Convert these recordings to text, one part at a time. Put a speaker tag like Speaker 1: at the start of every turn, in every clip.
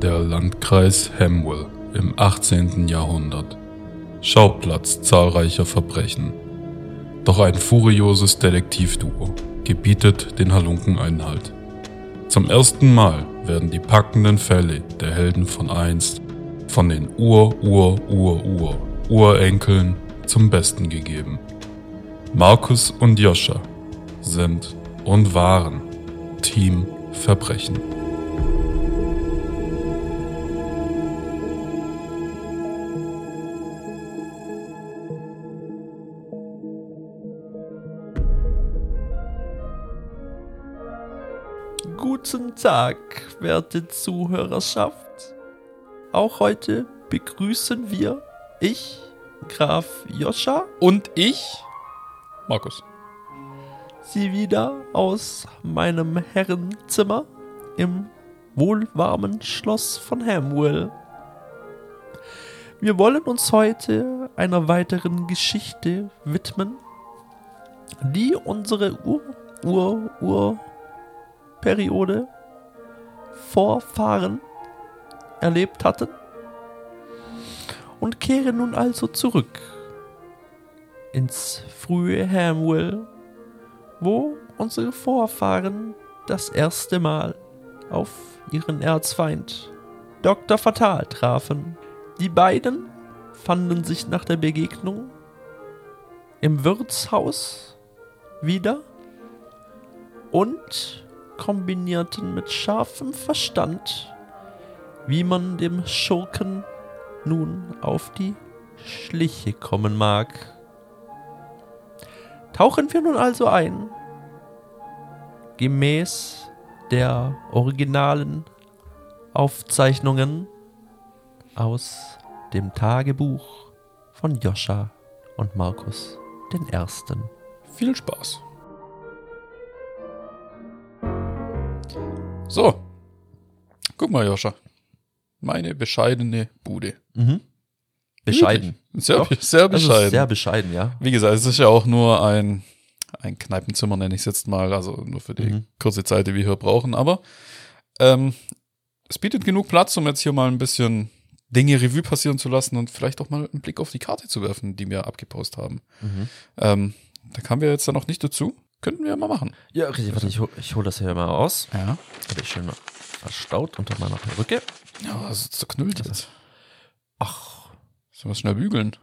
Speaker 1: Landkreis Hemwell im 18. Jahrhundert. Schauplatz zahlreicher Verbrechen. Doch ein furioses Detektivduo gebietet den Halunken Einhalt. Zum ersten Mal werden die packenden Fälle der Helden von einst von den Ur-Ur-Ur-Ur-Urenkeln zum Besten gegeben. Markus und Joscha sind und waren Team Verbrechen.
Speaker 2: Guten Tag, werte Zuhörerschaft. Auch heute begrüßen wir ich, Graf Joscha,
Speaker 3: Und ich, Markus.
Speaker 2: Sie wieder aus meinem Herrenzimmer im wohlwarmen Schloss von Hamwell. Wir wollen uns heute einer weiteren Geschichte widmen, die unsere Ur-Ur-Ur-Periode Vorfahren erlebt hatten und kehren nun also zurück ins frühe Hamwell wo unsere Vorfahren das erste Mal auf ihren Erzfeind Dr. Fatal trafen. Die beiden fanden sich nach der Begegnung im Wirtshaus wieder und kombinierten mit scharfem Verstand, wie man dem Schurken nun auf die Schliche kommen mag. Tauchen wir nun also ein, gemäß der originalen Aufzeichnungen aus dem Tagebuch von Joscha und Markus den Ersten.
Speaker 3: Viel Spaß. So. Guck mal, Joscha. Meine bescheidene Bude.
Speaker 2: Bescheiden.
Speaker 3: Wirklich. Sehr,
Speaker 2: Doch.
Speaker 3: sehr
Speaker 2: Das ist
Speaker 3: bescheiden.
Speaker 2: sehr bescheiden, ja.
Speaker 3: Wie gesagt, es ist ja auch nur ein, ein Kneipenzimmer, nenne ich es jetzt mal, also nur für die
Speaker 2: Mhm.
Speaker 3: kurze Zeit, die wir hier brauchen. Aber ähm, es bietet genug Platz, um jetzt hier mal ein bisschen Dinge Revue passieren zu lassen und vielleicht auch mal einen Blick auf die Karte zu werfen, die wir abgepostet haben. Ähm, da kamen wir jetzt dann noch nicht dazu. Könnten wir ja mal machen.
Speaker 2: Ja, richtig, warte, ich hole hol das hier mal raus.
Speaker 3: Ja.
Speaker 2: Habe ich schön verstaut unter meiner Perücke.
Speaker 3: Ja, also zerknüllt jetzt.
Speaker 2: Ach,
Speaker 3: Sollen wir es schnell bügeln?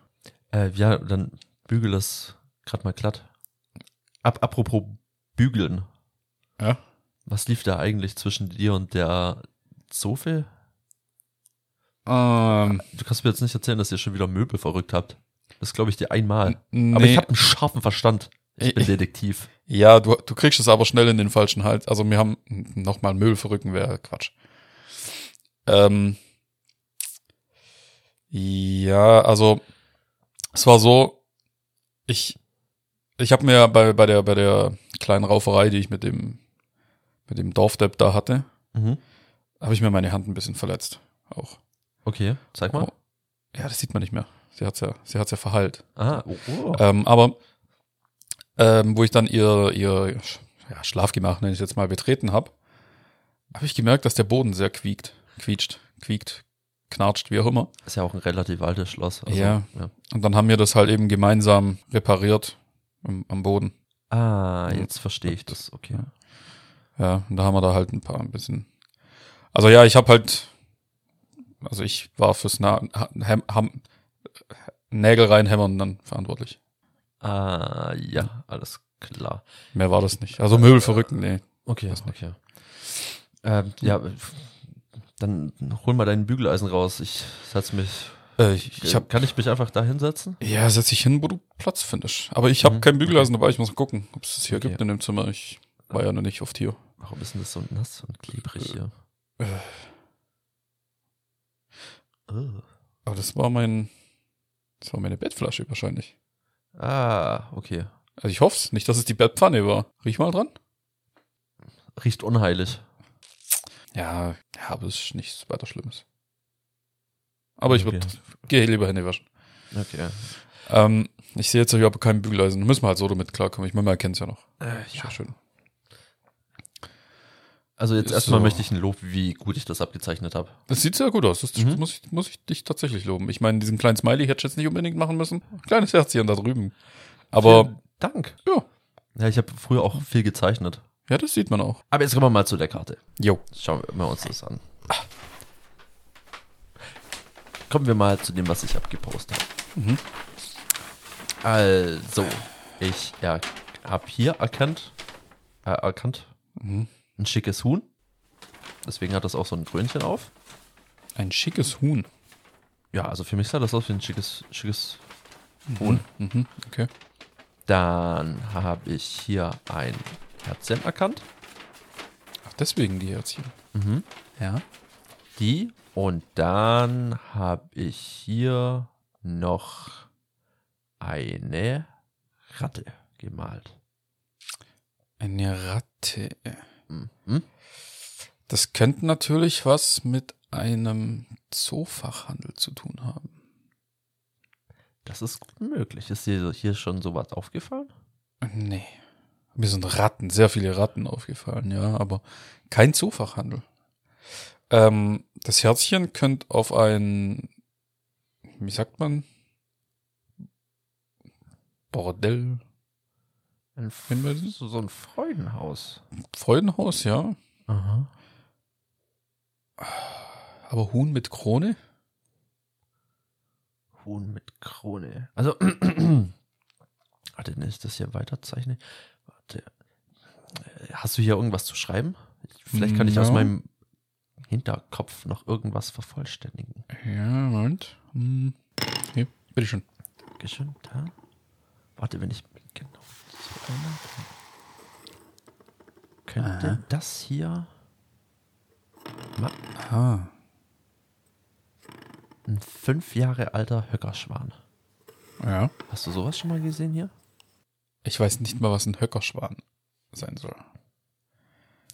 Speaker 2: Äh, ja, dann bügel das gerade mal glatt. Ab, apropos bügeln.
Speaker 3: Ja.
Speaker 2: Was lief da eigentlich zwischen dir und der Sofe?
Speaker 3: Ähm,
Speaker 2: Du kannst mir jetzt nicht erzählen, dass ihr schon wieder Möbel verrückt habt. Das glaube ich dir einmal.
Speaker 3: nee.
Speaker 2: Aber ich habe einen scharfen Verstand. Ich bin
Speaker 3: Ich-
Speaker 2: Detektiv.
Speaker 3: ja, du, du kriegst es aber schnell in den falschen Hals. Also wir haben nochmal Müll verrücken, wäre Quatsch. Ähm, ja, also es war so, ich, ich habe mir bei, bei, der, bei der kleinen Rauferei, die ich mit dem, mit dem Dorfdepp da hatte,
Speaker 2: Mhm.
Speaker 3: habe ich mir meine Hand ein bisschen verletzt. Auch.
Speaker 2: Okay, zeig mal.
Speaker 3: Oh. Ja, das sieht man nicht mehr. Sie hat's ja, sie hat's ja verheilt.
Speaker 2: Ah, oh, oh.
Speaker 3: Ähm, aber ähm, wo ich dann ihr, ihr Sch- ja, Schlafgemach, nenne ich es jetzt mal, betreten habe, habe ich gemerkt, dass der Boden sehr quiekt, quietscht, quiekt, knartscht, wie auch immer.
Speaker 2: ist ja auch ein relativ altes Schloss. also,
Speaker 3: Ja. Und dann haben wir das halt eben gemeinsam repariert am, am Boden.
Speaker 2: Ah, jetzt verstehe ich das. Okay.
Speaker 3: Ja, und da haben wir da halt ein paar ein bisschen. Also ja, ich habe halt, also ich war fürs Na ha Häm- Ham Nägel reinhämmern dann verantwortlich.
Speaker 2: Ah, ja, alles klar.
Speaker 3: Mehr war das nicht. Also Möbel verrücken, nee.
Speaker 2: Okay, okay. Ähm, ja, dann hol mal dein Bügeleisen raus. Ich setz mich.
Speaker 3: Äh, ich ich habe
Speaker 2: kann ich mich einfach da hinsetzen?
Speaker 3: Ja, setz dich hin, wo du Platz findest. Aber ich habe
Speaker 2: Mhm.
Speaker 3: kein Bügeleisen dabei, ich muss gucken, ob es das hier
Speaker 2: Okay.
Speaker 3: gibt in dem Zimmer. Ich war ja noch nicht oft hier.
Speaker 2: Warum ist denn das so nass und klebrig
Speaker 3: Äh,
Speaker 2: hier? Oh.
Speaker 3: Aber das war mein. Das war meine Bettflasche wahrscheinlich.
Speaker 2: Ah, okay.
Speaker 3: Also ich hoff's nicht, dass es die Bettpfanne war. Riech mal dran.
Speaker 2: Riecht unheilig.
Speaker 3: Ja, ja aber es ist nichts weiter Schlimmes. Aber ich würde
Speaker 2: Okay.
Speaker 3: geh lieber Hände waschen.
Speaker 2: Okay.
Speaker 3: Ähm, ich sehe jetzt hier aber kein Bügeleisen. Äh, Müssen wir halt so damit klarkommen. Ich meine, man erkennt's ja noch.
Speaker 2: Äh,
Speaker 3: Ist ja schön.
Speaker 2: Also jetzt
Speaker 3: Ist
Speaker 2: erstmal
Speaker 3: so.
Speaker 2: möchte ich ein Lob, wie gut ich das abgezeichnet habe.
Speaker 3: Das sieht sehr gut aus. Das
Speaker 2: Mhm.
Speaker 3: muss, ich, muss ich dich tatsächlich loben. Ich meine, diesen kleinen Smiley hätte ich jetzt nicht unbedingt machen müssen. Kleines Herzchen da drüben. Aber
Speaker 2: Vielen Dank.
Speaker 3: Ja.
Speaker 2: Ja, ich habe früher auch viel gezeichnet.
Speaker 3: ja, das sieht man auch.
Speaker 2: Aber jetzt kommen wir mal zu der Karte.
Speaker 3: Jo.
Speaker 2: Schauen wir uns das an. Kommen wir mal zu dem, was ich abgepostet habe.
Speaker 3: Mhm.
Speaker 2: Also, ich ja, habe hier erkannt, äh, erkannt
Speaker 3: Mhm.
Speaker 2: ein schickes Huhn. Deswegen hat das auch so ein Krönchen auf.
Speaker 3: Ein schickes Huhn.
Speaker 2: Ja, also für mich sah das aus wie ein schickes, schickes
Speaker 3: Mhm. Okay.
Speaker 2: Dann habe ich hier ein Herzchen erkannt.
Speaker 3: Ach, deswegen die Herzchen.
Speaker 2: Mhm.
Speaker 3: Ja.
Speaker 2: Die. Und dann habe ich hier noch eine Ratte gemalt.
Speaker 3: Eine Ratte.
Speaker 2: Mhm.
Speaker 3: Das könnte natürlich was mit einem Zoofachhandel zu tun haben.
Speaker 2: Das ist gut möglich. Ist dir hier schon sowas aufgefallen?
Speaker 3: Nee. Mir sind Ratten, sehr viele Ratten aufgefallen, ja, aber kein Zoofachhandel. Ähm, das Herzchen könnte auf ein, wie sagt man, Bordell,
Speaker 2: Ein F-
Speaker 3: Hinweise?
Speaker 2: so so ein Freudenhaus.
Speaker 3: Freudenhaus, ja,
Speaker 2: Aha.
Speaker 3: aber Huhn mit Krone?
Speaker 2: Huhn mit Krone. Also, warte, ne, ist das hier weiterzeichnen? Warte. Äh, Hast du hier irgendwas zu schreiben? Vielleicht kann ich aus
Speaker 3: Ja.
Speaker 2: meinem Hinterkopf noch irgendwas vervollständigen.
Speaker 3: Ja, Moment. Hm. Hier, bitteschön.
Speaker 2: Dankeschön, da. Warte, wenn ich. Genau. So einmal. Könnte
Speaker 3: Aha.
Speaker 2: das hier
Speaker 3: Ah.
Speaker 2: ein fünf Jahre alter Höckerschwan?
Speaker 3: Ja.
Speaker 2: Hast du sowas schon mal gesehen hier?
Speaker 3: Ich weiß nicht mal, was ein Höckerschwan sein soll.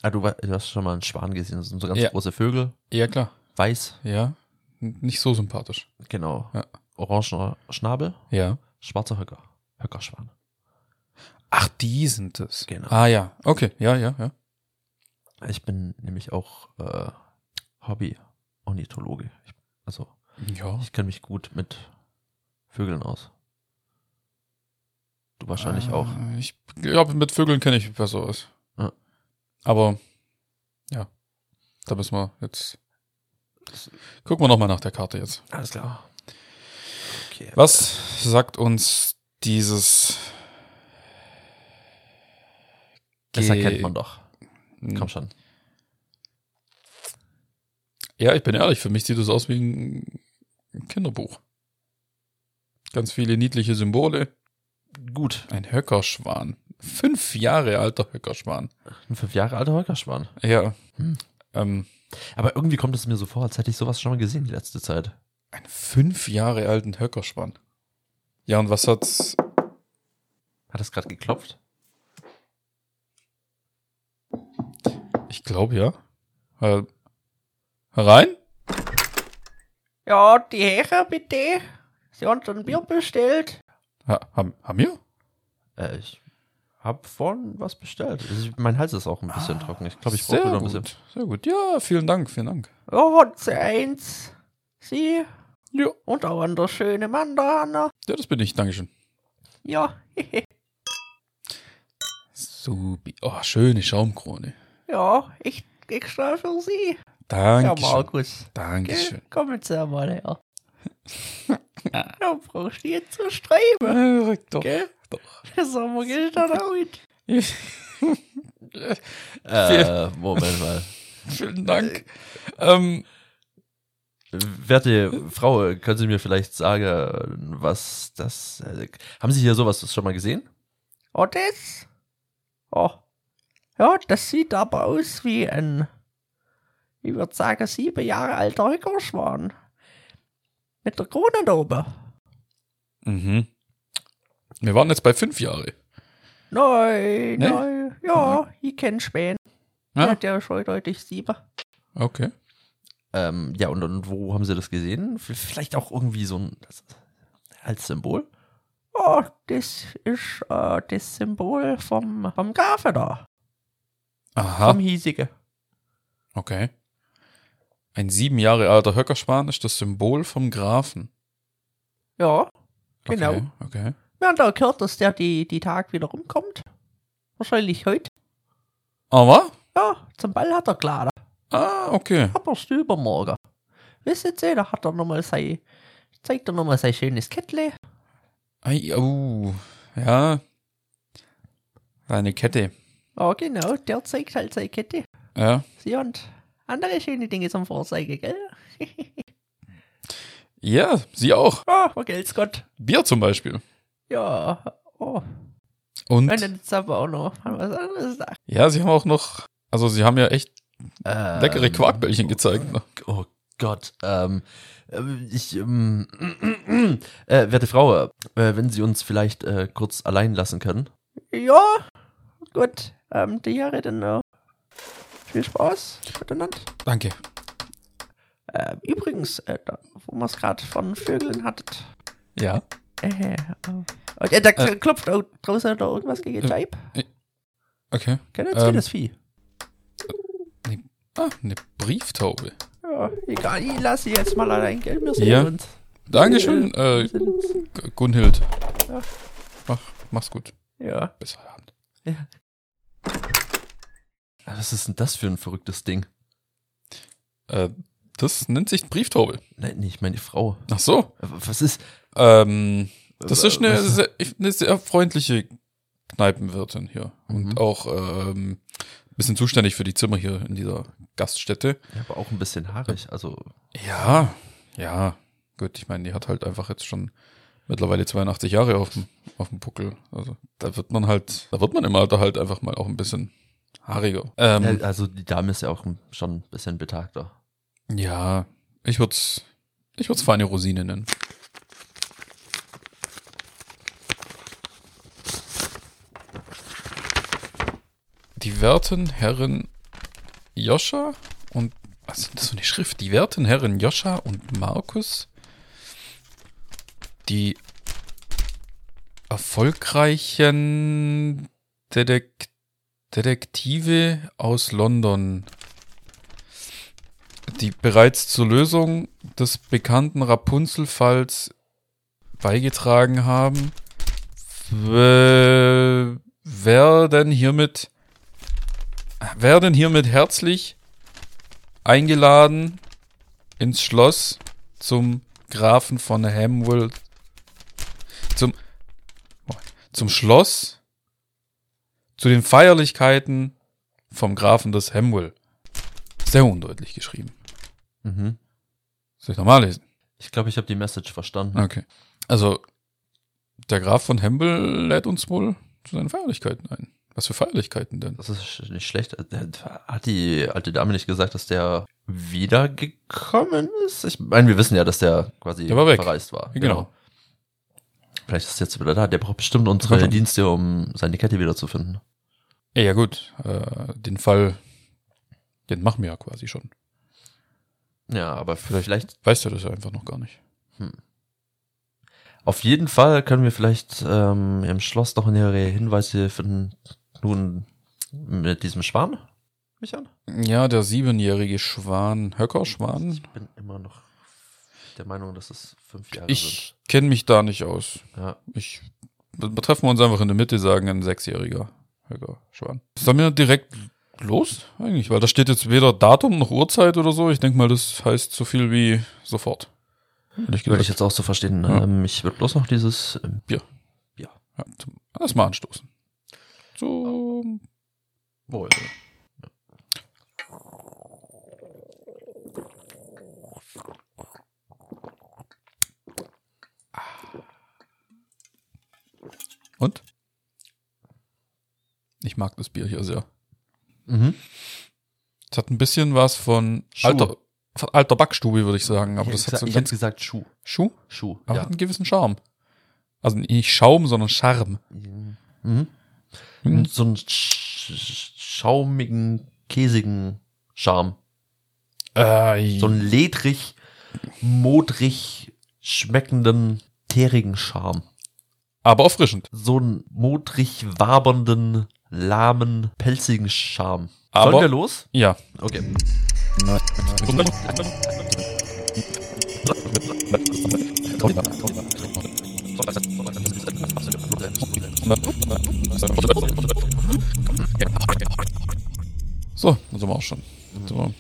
Speaker 2: Ah, du, wei- du hast schon mal einen Schwan gesehen. Das sind so ganz
Speaker 3: Ja.
Speaker 2: große Vögel.
Speaker 3: Ja, klar.
Speaker 2: Weiß,
Speaker 3: Ja. N- Nicht so sympathisch.
Speaker 2: Genau.
Speaker 3: Ja.
Speaker 2: Orangener Schnabel,
Speaker 3: Ja.
Speaker 2: schwarzer Höcker. Höckerschwan.
Speaker 3: Ach, die sind es.
Speaker 2: Genau.
Speaker 3: Ah ja, okay, ja, ja, ja.
Speaker 2: Ich bin nämlich auch äh, Hobby-Ornithologe. Ich, also,
Speaker 3: Ja,
Speaker 2: ich kenne mich gut mit Vögeln aus. Du wahrscheinlich auch.
Speaker 3: Äh, Ich glaube, mit Vögeln kenne ich besser aus.
Speaker 2: Ja.
Speaker 3: Aber ja, da müssen wir jetzt.
Speaker 2: Das-
Speaker 3: Gucken wir nochmal nach der Karte jetzt.
Speaker 2: Alles klar. Okay.
Speaker 3: Was sagt uns dieses.
Speaker 2: Das
Speaker 3: Ge-
Speaker 2: erkennt man doch.
Speaker 3: Hm.
Speaker 2: Komm schon.
Speaker 3: Ja, ich bin ehrlich, für mich sieht es aus wie ein Kinderbuch. Ganz viele niedliche Symbole.
Speaker 2: Gut.
Speaker 3: Ein Höckerschwan. Fünf Jahre alter Höckerschwan.
Speaker 2: Ein fünf Jahre alter Höckerschwan.
Speaker 3: Ja.
Speaker 2: Hm.
Speaker 3: Ähm,
Speaker 2: Aber irgendwie kommt es mir so vor, als hätte ich sowas schon mal gesehen die letzte Zeit.
Speaker 3: einen fünf Jahre alten Höckerschwan. Ja, und was hat's.
Speaker 2: Hat es gerade geklopft?
Speaker 3: Ich glaube, ja. Äh, herein?
Speaker 4: Ja, die Hecher bitte. Sie haben schon ein Bier bestellt.
Speaker 3: Ha, haben, haben wir?
Speaker 2: Äh, ich hab vorhin was bestellt. Also ich- mein Hals ist auch ein bisschen trocken. Ich glaube, ich brauche
Speaker 3: Sehr
Speaker 2: wieder ein
Speaker 3: gut,
Speaker 2: bisschen.
Speaker 3: Sehr gut. Ja, vielen Dank, vielen Dank.
Speaker 4: Ja, hat sie eins. Sie
Speaker 3: Ja,
Speaker 4: und auch an der schöne Mann da, Hanna.
Speaker 3: ja das bin ich. Dankeschön.
Speaker 4: Ja,
Speaker 3: Subi. Oh, schöne Schaumkrone.
Speaker 4: ja, ich extra für Sie. Ja,
Speaker 3: Dankeschön.
Speaker 4: Markus.
Speaker 3: Dankeschön.
Speaker 4: Kommen Sie mal her.
Speaker 3: Ah.
Speaker 4: da brauchst du jetzt zu streiten,
Speaker 3: Äh, doch,
Speaker 4: gell?
Speaker 3: doch.
Speaker 4: Das haben wir gestern auch.
Speaker 2: Äh, Moment mal.
Speaker 3: vielen Dank. Ähm,
Speaker 2: Werte Frau, können Sie mir vielleicht sagen, was das. Äh, haben Sie hier sowas schon mal gesehen?
Speaker 4: Oh, das? Oh. Ja, das sieht aber aus wie ein, ich würde sagen, sieben Jahre alter Höckerschwan. Mit der Krone da oben.
Speaker 3: mhm. Wir waren jetzt bei fünf Jahre. Ne?
Speaker 4: Nein, nein. Ja, ich kenne Schwäne.
Speaker 3: Ja.
Speaker 4: Ja, der ist schon deutlich sieben.
Speaker 3: Okay.
Speaker 2: Ähm, ja, und, und wo haben Sie das gesehen? V- Vielleicht auch irgendwie so ein. Das, als Symbol?
Speaker 4: Oh, das ist äh, das Symbol vom, vom Grafen da.
Speaker 3: Aha.
Speaker 4: Vom hiesigen.
Speaker 3: Okay. Ein sieben Jahre alter Höckerschwan ist das Symbol vom Grafen.
Speaker 4: Ja, genau.
Speaker 3: Okay, okay.
Speaker 4: Wir haben da gehört, dass der die, die Tag wieder rumkommt. Wahrscheinlich heute.
Speaker 3: Aber?
Speaker 4: Ja, zum Ball hat er geladen.
Speaker 3: Ah, okay.
Speaker 4: Aber erst übermorgen. Wisst ihr, eh, da hat er nochmal sein, zeigt er nochmal sein schönes Kettle.
Speaker 3: Ei, au. Ja. Eine Kette.
Speaker 4: Ja, genau, der zeigt halt seine Kette.
Speaker 3: Ja.
Speaker 4: Sie und andere schöne Dinge zum Vorzeigen, gell?
Speaker 3: Ja, sie auch.
Speaker 4: Ah, oh, gelt's Gott.
Speaker 3: Bier zum Beispiel.
Speaker 4: Ja, oh.
Speaker 3: Und?
Speaker 4: Und jetzt haben wir auch noch mal was anderes da.
Speaker 3: Ja, sie haben auch noch, also sie haben ja echt
Speaker 2: Ähm,
Speaker 3: leckere Quarkbällchen gezeigt. Ne?
Speaker 2: Oh Gott, ähm, ähm, ich, ähm, äh, werte Frau, äh, wenn Sie uns vielleicht äh, kurz allein lassen können.
Speaker 4: Ja, gut. Ähm, die Jahre dann noch. Viel Spaß miteinander.
Speaker 3: Danke.
Speaker 4: Ähm, übrigens, äh, da, wo man es gerade von Vögeln hattet.
Speaker 3: Ja.
Speaker 4: Äh, oh. Und, äh, da
Speaker 3: Äh.
Speaker 4: klopft auch draußen da irgendwas gegen die
Speaker 3: Äh.
Speaker 4: Scheibe.
Speaker 3: Okay.
Speaker 4: Kennen
Speaker 3: Ähm.
Speaker 4: Sie das Vieh?
Speaker 3: Ah, eine Brieftaube.
Speaker 4: Ja, egal, ich lasse sie jetzt mal allein, gell? Wir
Speaker 3: Ja.
Speaker 4: uns.
Speaker 3: Dankeschön, äh,
Speaker 4: Wir sehen uns.
Speaker 3: G- Gunhild.
Speaker 4: Ja.
Speaker 3: Mach, mach's gut.
Speaker 4: Ja.
Speaker 3: Bis heute Abend.
Speaker 2: Ah, Was ist denn das für ein verrücktes Ding?
Speaker 3: Äh, das nennt sich Brieftaube.
Speaker 2: Nein, nicht meine Frau. Äh,
Speaker 3: Ach so.
Speaker 2: Was ist?
Speaker 3: Ähm, das ist eine
Speaker 2: Was-
Speaker 3: sehr, eine sehr freundliche Kneipenwirtin hier.
Speaker 2: Mhm.
Speaker 3: Und auch ähm, ein bisschen zuständig für die Zimmer hier in dieser Gaststätte.
Speaker 2: Ja, Aber auch ein bisschen haarig, also.
Speaker 3: Ja, ja. Gut, ich meine, die hat halt einfach jetzt schon mittlerweile 82 Jahre auf dem, auf dem Buckel. Also da wird man halt, da wird man im Alter halt einfach mal auch ein bisschen haariger. Ähm,
Speaker 2: Ja, also die Dame ist ja auch ein- schon ein bisschen betagter.
Speaker 3: Ja, ich würde es ich würd's feine Rosine nennen. Die werten Herren Joscha und was ist denn das für eine Schrift? Die werten Herren Joscha und Markus, die erfolgreichen Dedek Detektive aus London die bereits zur Lösung des bekannten Rapunzelfalls beigetragen haben, w- werden hiermit werden hiermit herzlich eingeladen ins Schloss zum Grafen von Hamwell zum zum Schloss zu den Feierlichkeiten vom Grafen des Hamwell. Sehr undeutlich geschrieben.
Speaker 2: Mhm.
Speaker 3: Soll ich nochmal lesen?
Speaker 2: Ich glaube, ich habe die Message verstanden.
Speaker 3: Okay. Also, der Graf von Hembel lädt uns wohl zu seinen Feierlichkeiten ein. Was für Feierlichkeiten denn?
Speaker 2: Das ist sch- nicht schlecht. Äh, Hat die alte Dame nicht gesagt, dass der wiedergekommen ist? Ich meine, wir wissen ja, dass der quasi
Speaker 3: Der war weg.
Speaker 2: verreist war.
Speaker 3: Ja, genau.
Speaker 2: Vielleicht ist er jetzt wieder da. Der braucht bestimmt unsere
Speaker 3: Kann schon.
Speaker 2: Dienste, um seine Kette wiederzufinden.
Speaker 3: Ja, ja gut. Äh, den Fall, den machen wir ja quasi schon.
Speaker 2: Ja, aber vielleicht.
Speaker 3: Weißt du das ja einfach noch gar nicht.
Speaker 2: Auf jeden Fall können wir vielleicht ähm, im Schloss noch nähere Hinweise finden. Nun, mit diesem Schwan? Mich an?
Speaker 3: Ja, der siebenjährige Oh, Schwan, Höckerschwan.
Speaker 2: Ich bin immer noch der Meinung, dass es fünf Jahre
Speaker 3: Ich kenne mich da nicht aus.
Speaker 2: sind. Ja.
Speaker 3: Ich wir treffen uns einfach in der Mitte, sagen ein sechsjähriger Höckerschwan. Sollen wir direkt los eigentlich? Weil da steht jetzt weder Datum noch Uhrzeit oder so. Ich denke mal, das heißt so viel wie sofort. Ehrlich
Speaker 2: Würde
Speaker 3: gesagt.
Speaker 2: ich jetzt auch so verstehen.
Speaker 3: Ja.
Speaker 2: Ähm, ich würde bloß noch dieses ähm,
Speaker 3: Ja, zum, lass mal anstoßen. Zum Wohl. Und? Ich mag das Bier hier sehr.
Speaker 2: Mhm.
Speaker 3: Es hat ein bisschen was von
Speaker 2: Schuh.
Speaker 3: alter, von alter Backstube, würde ich sagen. Aber
Speaker 2: ich
Speaker 3: das
Speaker 2: hätte
Speaker 3: hat so
Speaker 2: gesagt-
Speaker 3: einen
Speaker 2: ich hätte gesagt
Speaker 3: ganz
Speaker 2: Schuh.
Speaker 3: Schuh,
Speaker 2: Schuh.
Speaker 3: aber
Speaker 2: ja.
Speaker 3: hat einen gewissen Charme. Also nicht Schaum, sondern Charme.
Speaker 2: Mhm.
Speaker 3: Mhm.
Speaker 2: So einen sch sch- schaumigen, käsigen Charme.
Speaker 3: Äh,
Speaker 2: So einen ledrig, modrig schmeckenden, teerigen Charme.
Speaker 3: aber erfrischend.
Speaker 2: So einen modrig wabernden, lahmen, pelzigen Charme. Sollen wir
Speaker 3: Aber,
Speaker 2: los?
Speaker 3: ja.
Speaker 2: Okay.
Speaker 3: So, dann sind wir auch schon. Sind wir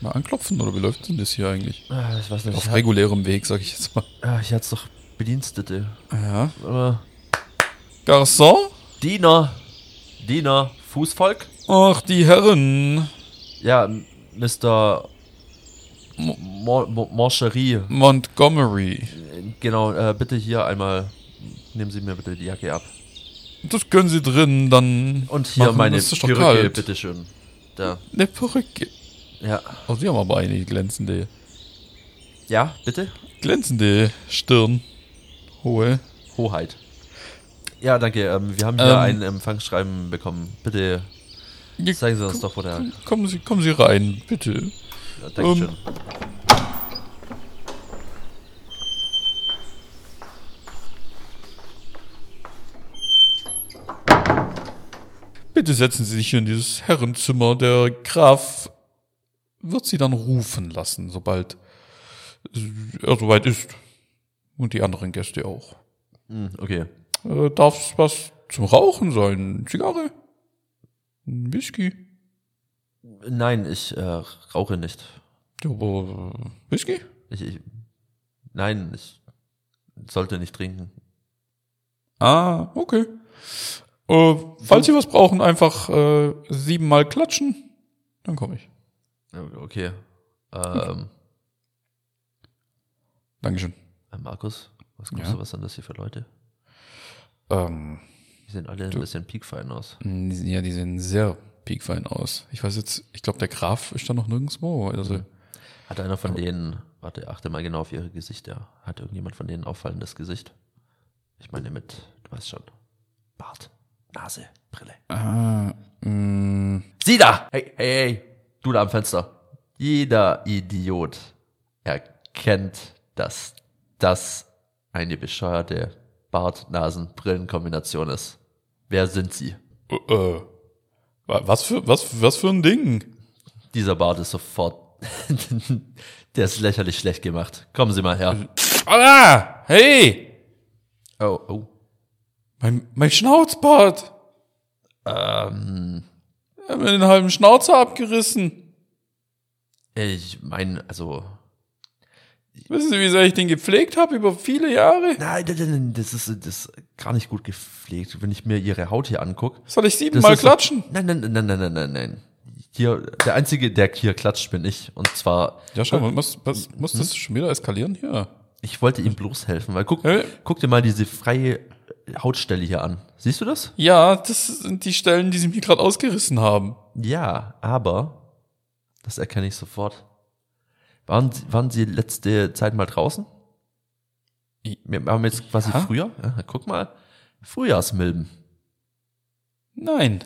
Speaker 3: mal anklopfen oder wie läuft denn das hier eigentlich?
Speaker 2: Ah, Ich weiß nicht. Ich,
Speaker 3: Auf
Speaker 2: hab,
Speaker 3: regulärem Weg, sag ich jetzt mal.
Speaker 2: ah, ich hatte doch Bedienstete.
Speaker 3: Ja.
Speaker 2: Aber
Speaker 3: Garçon?
Speaker 2: Äh, Diener. Diener. Fußvolk.
Speaker 3: Ach, die Herren.
Speaker 2: Ja, M- Mr. Mo- Mo- Mo- Morcherie.
Speaker 3: Montgomery.
Speaker 2: Genau, äh, bitte hier einmal. Nehmen Sie mir bitte die Jacke ab.
Speaker 3: Das können Sie drin, dann.
Speaker 2: Und hier
Speaker 3: machen.
Speaker 2: meine
Speaker 3: Das ist doch
Speaker 2: Perücke,
Speaker 3: kalt.
Speaker 2: bitteschön. Da.
Speaker 3: Eine Perücke.
Speaker 2: Ja.
Speaker 3: Oh, Sie haben aber eine glänzende,
Speaker 2: Ja, bitte?
Speaker 3: glänzende Stirn. Hohe.
Speaker 2: Hoheit. Ja, danke. Ähm, wir haben hier
Speaker 3: Ähm.
Speaker 2: ein Empfangsschreiben bekommen. Bitte
Speaker 3: Ja,
Speaker 2: zeigen Sie uns doch, wo der.
Speaker 3: Kommen Sie, kommen Sie rein, bitte.
Speaker 2: Ja, Dankeschön.
Speaker 3: Ähm. Bitte setzen Sie sich hier in dieses Herrenzimmer. Der Graf wird Sie dann rufen lassen, sobald er soweit ist. Und die anderen Gäste auch.
Speaker 2: Hm,
Speaker 3: Ähm.
Speaker 2: okay.
Speaker 3: Äh, Darf es was zum Rauchen sein? Zigarre? Ein Whisky?
Speaker 2: Nein, ich äh, rauche nicht.
Speaker 3: Ja, aber äh, Whisky?
Speaker 2: Ich, ich, nein, ich sollte nicht trinken.
Speaker 3: Ah, okay. Äh, falls Sie was brauchen, einfach äh, siebenmal klatschen. Dann komme ich.
Speaker 2: Ja, Okay. Ähm,
Speaker 3: Dankeschön.
Speaker 2: äh, Markus, was glaubst
Speaker 3: Ja?
Speaker 2: du, was sind das hier für Leute?
Speaker 3: Ähm,
Speaker 2: Die sehen alle
Speaker 3: Du-
Speaker 2: ein bisschen piekfein aus.
Speaker 3: ja, die sehen sehr piekfein aus. Ich weiß jetzt, ich glaube, der Graf ist da noch nirgendwo. Also,
Speaker 2: Hat einer von denen, warte, achte mal genau auf ihre Gesichter. Hat irgendjemand von denen auffallendes Gesicht? Ich meine mit, du weißt schon, Bart, Nase, Brille.
Speaker 3: ah, mh,
Speaker 2: Sieh da! Hey, hey, hey, du da am Fenster. Jeder Idiot erkennt, dass das eine bescheuerte Bart-Nasen-Brillen-Kombination ist. Wer sind sie?
Speaker 3: äh, äh, wa- was für, was, was für ein Ding?
Speaker 2: Dieser Bart ist sofort, der ist lächerlich schlecht gemacht. Kommen Sie mal her.
Speaker 3: Ah, hey,
Speaker 2: Oh, oh.
Speaker 3: mein, mein Schnauzbart.
Speaker 2: Ähm,
Speaker 3: Er hat mir den halben Schnauzer abgerissen.
Speaker 2: ich meine, also,
Speaker 3: Wissen Sie, wie sehr ich den gepflegt habe über viele Jahre?
Speaker 2: Nein, nein, nein, nein, das ist, das ist gar nicht gut gepflegt, wenn ich mir ihre Haut hier angucke.
Speaker 3: Soll ich siebenmal klatschen?
Speaker 2: Nein, nein, nein, nein, nein, nein, nein. Hier, der Einzige, der hier klatscht, bin ich. Und zwar,
Speaker 3: Ja, schau mal, muss, was, muss das schon wieder eskalieren hier?
Speaker 2: ich wollte ihm bloß helfen, weil guck,
Speaker 3: Hä?
Speaker 2: guck dir mal diese freie Hautstelle hier an. Siehst du das?
Speaker 3: Ja, das sind die Stellen, die sie mir gerade ausgerissen haben.
Speaker 2: Ja, aber, das erkenne ich sofort. Waren, Sie- waren Sie letzte Zeit mal draußen? Wir haben jetzt quasi
Speaker 3: Ja.
Speaker 2: früher. Ja, guck mal, Frühjahrsmilben.
Speaker 3: Nein.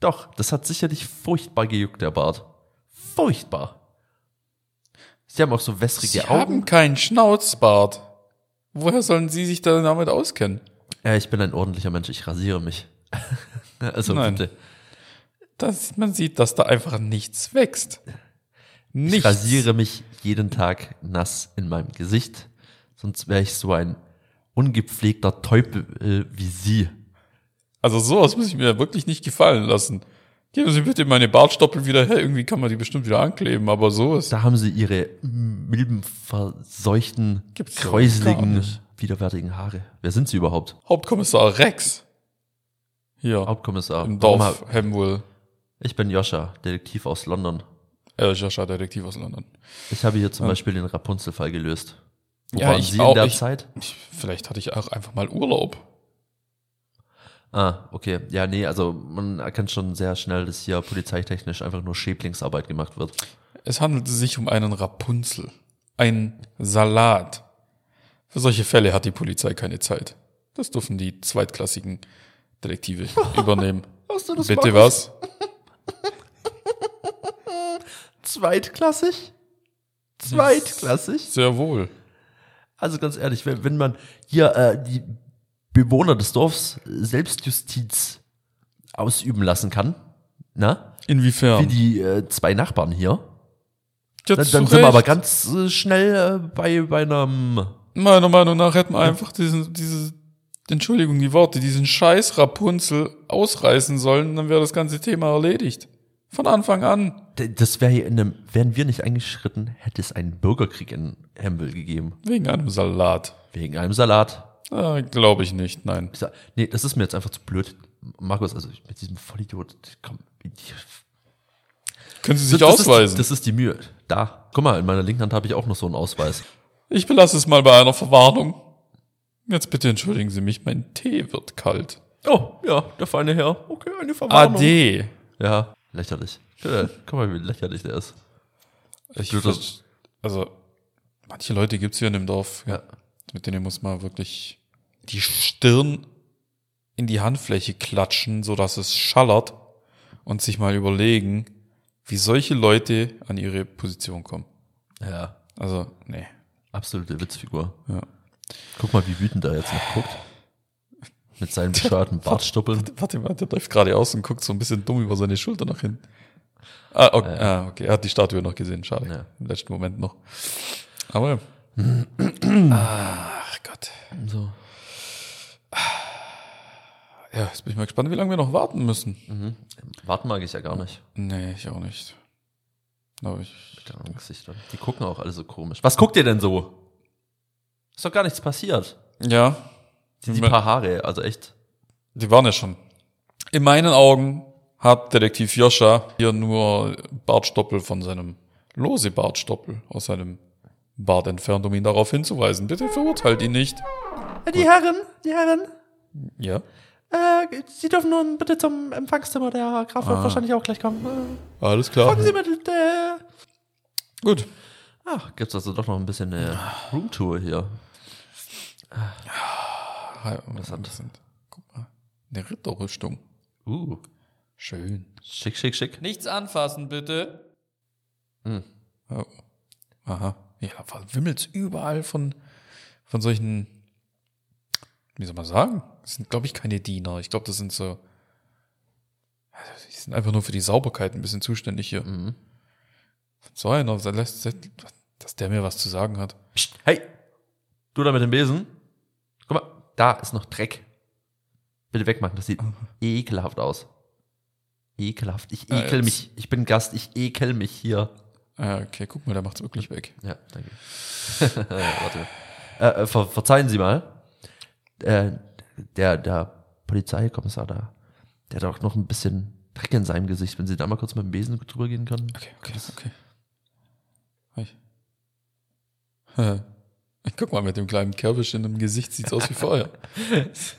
Speaker 2: Doch, das hat sicherlich furchtbar gejuckt, der Bart. Furchtbar. Sie haben auch so wässrige
Speaker 3: Sie haben
Speaker 2: Augen.
Speaker 3: keinen Schnauzbart. Woher sollen Sie sich da damit auskennen?
Speaker 2: Ja, ich bin ein ordentlicher Mensch, ich rasiere mich. also
Speaker 3: Nein.
Speaker 2: bitte.
Speaker 3: Das, man sieht, dass da einfach nichts wächst.
Speaker 2: Ich
Speaker 3: Nichts.
Speaker 2: rasiere mich jeden Tag nass in meinem Gesicht. Sonst wäre ich so ein ungepflegter Teufel äh, wie Sie.
Speaker 3: Also sowas muss ich mir wirklich nicht gefallen lassen. Geben Sie bitte meine Bartstoppeln wieder her. Irgendwie kann man die bestimmt wieder ankleben, aber so ist.
Speaker 2: Da haben Sie Ihre milbenverseuchten,
Speaker 3: Gibt's doch gar
Speaker 2: kräuseligen,
Speaker 3: nicht.
Speaker 2: widerwärtigen Haare. Wer sind Sie überhaupt?
Speaker 3: Hauptkommissar Rex. Hier.
Speaker 2: Hauptkommissar.
Speaker 3: Im
Speaker 2: Warum
Speaker 3: Dorf
Speaker 2: hab-
Speaker 3: Hemwell.
Speaker 2: Ich bin Joscha, Detektiv aus London.
Speaker 3: Äh, Joscha, Detektiv aus London.
Speaker 2: Ich habe hier zum Beispiel den Rapunzel-Fall gelöst. Wo
Speaker 3: Ja,
Speaker 2: waren
Speaker 3: ich
Speaker 2: Sie
Speaker 3: auch,
Speaker 2: in der
Speaker 3: ich-
Speaker 2: Zeit?
Speaker 3: Ich, vielleicht hatte ich auch einfach mal Urlaub.
Speaker 2: Ah, okay. Ja, nee, also man erkennt schon sehr schnell, dass hier polizeitechnisch einfach nur Schäblingsarbeit gemacht wird.
Speaker 3: Es handelte sich um einen Rapunzel. Ein Salat. Für solche Fälle hat die Polizei keine Zeit. Das dürfen die zweitklassigen Detektive übernehmen.
Speaker 2: Hast du
Speaker 3: Bitte was?
Speaker 2: Zweitklassig? Zweitklassig?
Speaker 3: Sehr wohl.
Speaker 2: Also ganz ehrlich, wenn, wenn man hier äh, die Bewohner des Dorfs Selbstjustiz ausüben lassen kann, Na?
Speaker 3: Inwiefern?
Speaker 2: Wie die äh, zwei Nachbarn hier. Dann,
Speaker 3: Jetzt
Speaker 2: dann
Speaker 3: zu
Speaker 2: sind wir
Speaker 3: Recht.
Speaker 2: aber ganz äh, schnell äh, bei, bei einem.
Speaker 3: Meiner Meinung nach hätten wir einfach diesen, diese, Entschuldigung, die Worte, diesen Scheiß Rapunzel ausreißen sollen, dann wäre das ganze Thema erledigt. Von Anfang an.
Speaker 2: D- Das wäre hier in einem. Wären wir nicht eingeschritten, hätte es einen Bürgerkrieg in Hembel gegeben.
Speaker 3: Wegen einem Salat.
Speaker 2: Wegen einem Salat.
Speaker 3: Ah, Glaube ich nicht, nein.
Speaker 2: Ich sag, nee, das ist mir jetzt einfach zu blöd. Markus, also ich- mit diesem Vollidiot, komm. Ich,
Speaker 3: Können Sie sich
Speaker 2: das
Speaker 3: ausweisen?
Speaker 2: Ist, das ist die Mühe. Da, guck mal, in meiner linken Hand habe ich auch noch so einen Ausweis.
Speaker 3: ich belasse es mal bei einer Verwarnung. Jetzt bitte entschuldigen Sie mich, mein Tee wird kalt.
Speaker 2: Oh, ja, der feine Herr. Okay, eine Verwarnung.
Speaker 3: Ade.
Speaker 2: Ja, lächerlich. Äh, Guck mal, wie lächerlich der ist.
Speaker 3: Ich
Speaker 2: Du, das-
Speaker 3: verst- also, manche Leute gibt's hier in dem Dorf,
Speaker 2: Ja.
Speaker 3: mit denen muss man wirklich die Stirn in die Handfläche klatschen, sodass es schallert und sich mal überlegen, wie solche Leute an ihre Position kommen.
Speaker 2: Ja,
Speaker 3: Also, nee.
Speaker 2: absolute Witzfigur.
Speaker 3: Ja.
Speaker 2: Guck mal, wie wütend er jetzt noch guckt. Mit seinen bescheuerten Bartstoppeln.
Speaker 3: Warte mal, der läuft geradeaus und guckt so ein bisschen dumm über seine Schulter nach hinten. Ah, okay,
Speaker 2: Ja.
Speaker 3: ah, okay. er hat die Statue noch gesehen, schade.
Speaker 2: Ja.
Speaker 3: Im letzten Moment noch. Aber ja.
Speaker 2: Ah.
Speaker 3: Ach Gott.
Speaker 2: So.
Speaker 3: Ja, jetzt bin ich mal gespannt, wie lange wir noch warten müssen.
Speaker 2: Mhm. Warten mag ich ja gar nicht.
Speaker 3: Nee, ich auch nicht. Aber ich,
Speaker 2: Mit deren Gesichtern. Die gucken auch alle so komisch. Was guckt ihr denn so? Ist doch gar nichts passiert.
Speaker 3: ja,
Speaker 2: Die, die paar Haare, also echt.
Speaker 3: die waren ja schon. In meinen Augen hat Detektiv Joscha hier nur Bartstoppel von seinem lose Bartstoppel aus seinem Bart entfernt, um ihn darauf hinzuweisen. Bitte verurteilt ihn nicht.
Speaker 4: Die Herren, die Herren,
Speaker 3: Ja.
Speaker 4: äh, Sie dürfen nun bitte zum Empfangszimmer. Der Graf
Speaker 2: Ah.
Speaker 4: wird wahrscheinlich auch gleich kommen. Äh,
Speaker 3: Alles klar.
Speaker 4: kommen Sie mit, äh,
Speaker 3: Gut.
Speaker 2: Ach, gibt's also doch noch ein bisschen eine Roomtour hier.
Speaker 3: Ah, Was
Speaker 2: hat-
Speaker 3: sind? Guck mal. Eine Ritterrüstung.
Speaker 2: Uh,
Speaker 3: Schön.
Speaker 2: schick, schick, schick.
Speaker 3: Nichts anfassen, bitte.
Speaker 2: Hm.
Speaker 3: Oh. Aha. Ja, wimmelt's überall von, von solchen, wie soll man sagen? Das sind, glaube ich, keine Diener. Ich glaube, das sind so, also, die sind einfach nur für die Sauberkeit ein bisschen zuständig hier.
Speaker 2: Mhm.
Speaker 3: So einer, der lässt- dass der mir was zu sagen hat.
Speaker 2: Psst, hey, du da mit dem Besen. Guck mal, da ist noch Dreck. Bitte wegmachen, das sieht ekelhaft aus. Ekelhaft, ich
Speaker 3: Ja,
Speaker 2: ekel
Speaker 3: jetzt.
Speaker 2: mich. Ich bin Gast, ich ekel mich hier.
Speaker 3: Ah, okay, guck mal, der macht's wirklich weg.
Speaker 2: Ja, danke. Warte. Äh, äh, ver verzeihen Sie mal. Äh, der, der Polizeikommissar da, der hat auch noch ein bisschen Dreck in seinem Gesicht. Wenn Sie da mal kurz mit dem Besen drüber gehen können.
Speaker 3: Okay, okay, okay. Ich. Hä. Guck mal, mit dem kleinen Kerbisch in dem Gesicht sieht's aus wie vorher.
Speaker 2: Jetzt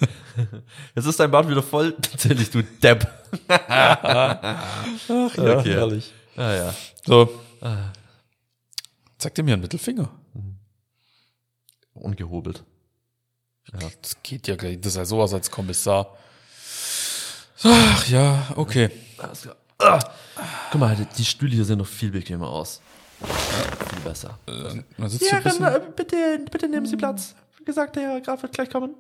Speaker 2: ist dein Bart wieder voll. Natürlich, du Depp.
Speaker 3: Ach
Speaker 2: ja,
Speaker 3: herrlich.
Speaker 2: Ah ja.
Speaker 3: So,
Speaker 2: Ah,
Speaker 3: zeig dir mir einen Mittelfinger.
Speaker 2: ungehobelt.
Speaker 3: Das geht ja gleich. Das ist ja sowas als Kommissar. Ach ja, okay.
Speaker 2: Alles klar. Ah. Guck mal, die Stühle hier sehen noch viel bequemer aus. Viel besser.
Speaker 3: Äh, Man sitzt
Speaker 4: die
Speaker 3: hier ein
Speaker 4: Herren,
Speaker 3: bisschen.
Speaker 4: äh, bitte, bitte nehmen Sie Platz. Wie gesagt, der Graf wird gleich kommen.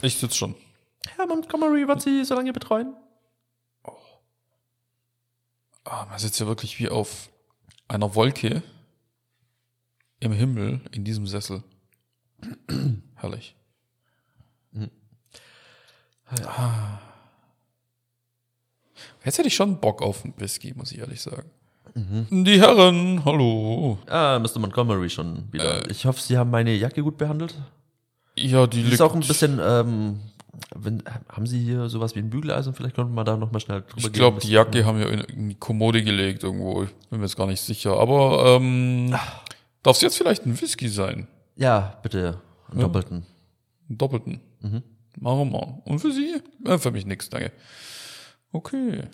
Speaker 3: Ich sitz schon.
Speaker 4: Herr Montgomery wird Sie so lange betreuen.
Speaker 3: Ah, man sitzt hier wirklich wie auf einer Wolke im Himmel in diesem Sessel. Herrlich. Ah. Jetzt hätte ich schon Bock auf einen Whisky, muss ich ehrlich sagen.
Speaker 2: Mhm.
Speaker 3: Die Herren, hallo.
Speaker 2: Ah, Mr. Montgomery schon wieder. ich hoffe, Sie haben meine Jacke gut behandelt.
Speaker 3: Ja, die
Speaker 2: Die ist auch ein bisschen, ähm, wenn, haben Sie hier sowas wie ein Bügeleisen? Vielleicht könnten wir da nochmal schnell drüber
Speaker 3: Ich
Speaker 2: gehen.
Speaker 3: glaube, die Jacke haben wir in, in die Kommode gelegt irgendwo. Ich bin mir jetzt gar nicht sicher. Aber ähm,
Speaker 2: Ah.
Speaker 3: darf es jetzt vielleicht ein Whisky sein?
Speaker 2: Ja, bitte. Einen doppelten.
Speaker 3: Einen doppelten.
Speaker 2: Mhm.
Speaker 3: Machen wir. Und für Sie? Äh, für mich nichts, danke. Okay.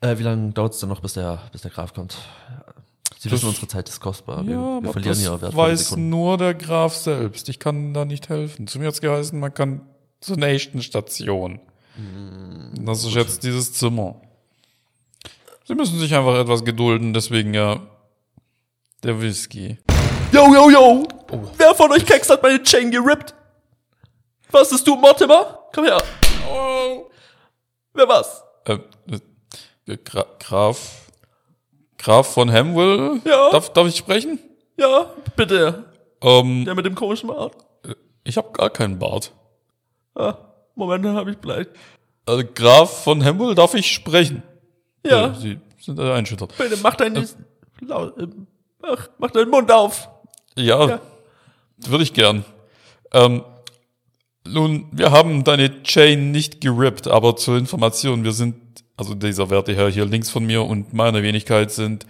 Speaker 2: Äh, wie lange dauert es denn noch, bis der, bis der Graf kommt? Sie
Speaker 3: Das-
Speaker 2: wissen, unsere Zeit ist kostbar. Wir,
Speaker 3: ja,
Speaker 2: wir
Speaker 3: aber
Speaker 2: verlieren
Speaker 3: das
Speaker 2: hier wertvolle
Speaker 3: weiß
Speaker 2: Sekunden.
Speaker 3: nur der Graf selbst. Ich kann da nicht helfen. Zu mir hat's geheißen, man kann zur nächsten Station.
Speaker 2: Mhm.
Speaker 3: Das ist jetzt dieses Zimmer. Sie müssen sich einfach etwas gedulden, deswegen ja der Whisky.
Speaker 2: Yo, yo, yo!
Speaker 3: Oh.
Speaker 2: Wer von euch Keks hat meine Chain gerippt? Was ist du, Mortimer? Komm her!
Speaker 3: Oh.
Speaker 2: Wer was?
Speaker 3: Äh, äh, äh, Gra Graf, Graf von Hamwell?
Speaker 4: Ja.
Speaker 3: Darf, darf ich sprechen?
Speaker 4: Ja, bitte.
Speaker 3: Ähm,
Speaker 4: Der mit dem komischen Bart.
Speaker 3: ich habe gar keinen Bart.
Speaker 4: Ah, Moment, dann habe ich bleibt.
Speaker 3: Also Graf von Hamwell, darf ich sprechen?
Speaker 4: Ja.
Speaker 3: Sie sind äh, einschüchtert.
Speaker 4: Bitte mach deinen mach, mach deinen Mund auf.
Speaker 3: Ja,
Speaker 4: Ja.
Speaker 3: würde ich gern. Ähm, nun, wir haben deine Chain nicht gerippt, aber zur Information, wir sind, also dieser werte Herr hier links von mir und meiner Wenigkeit sind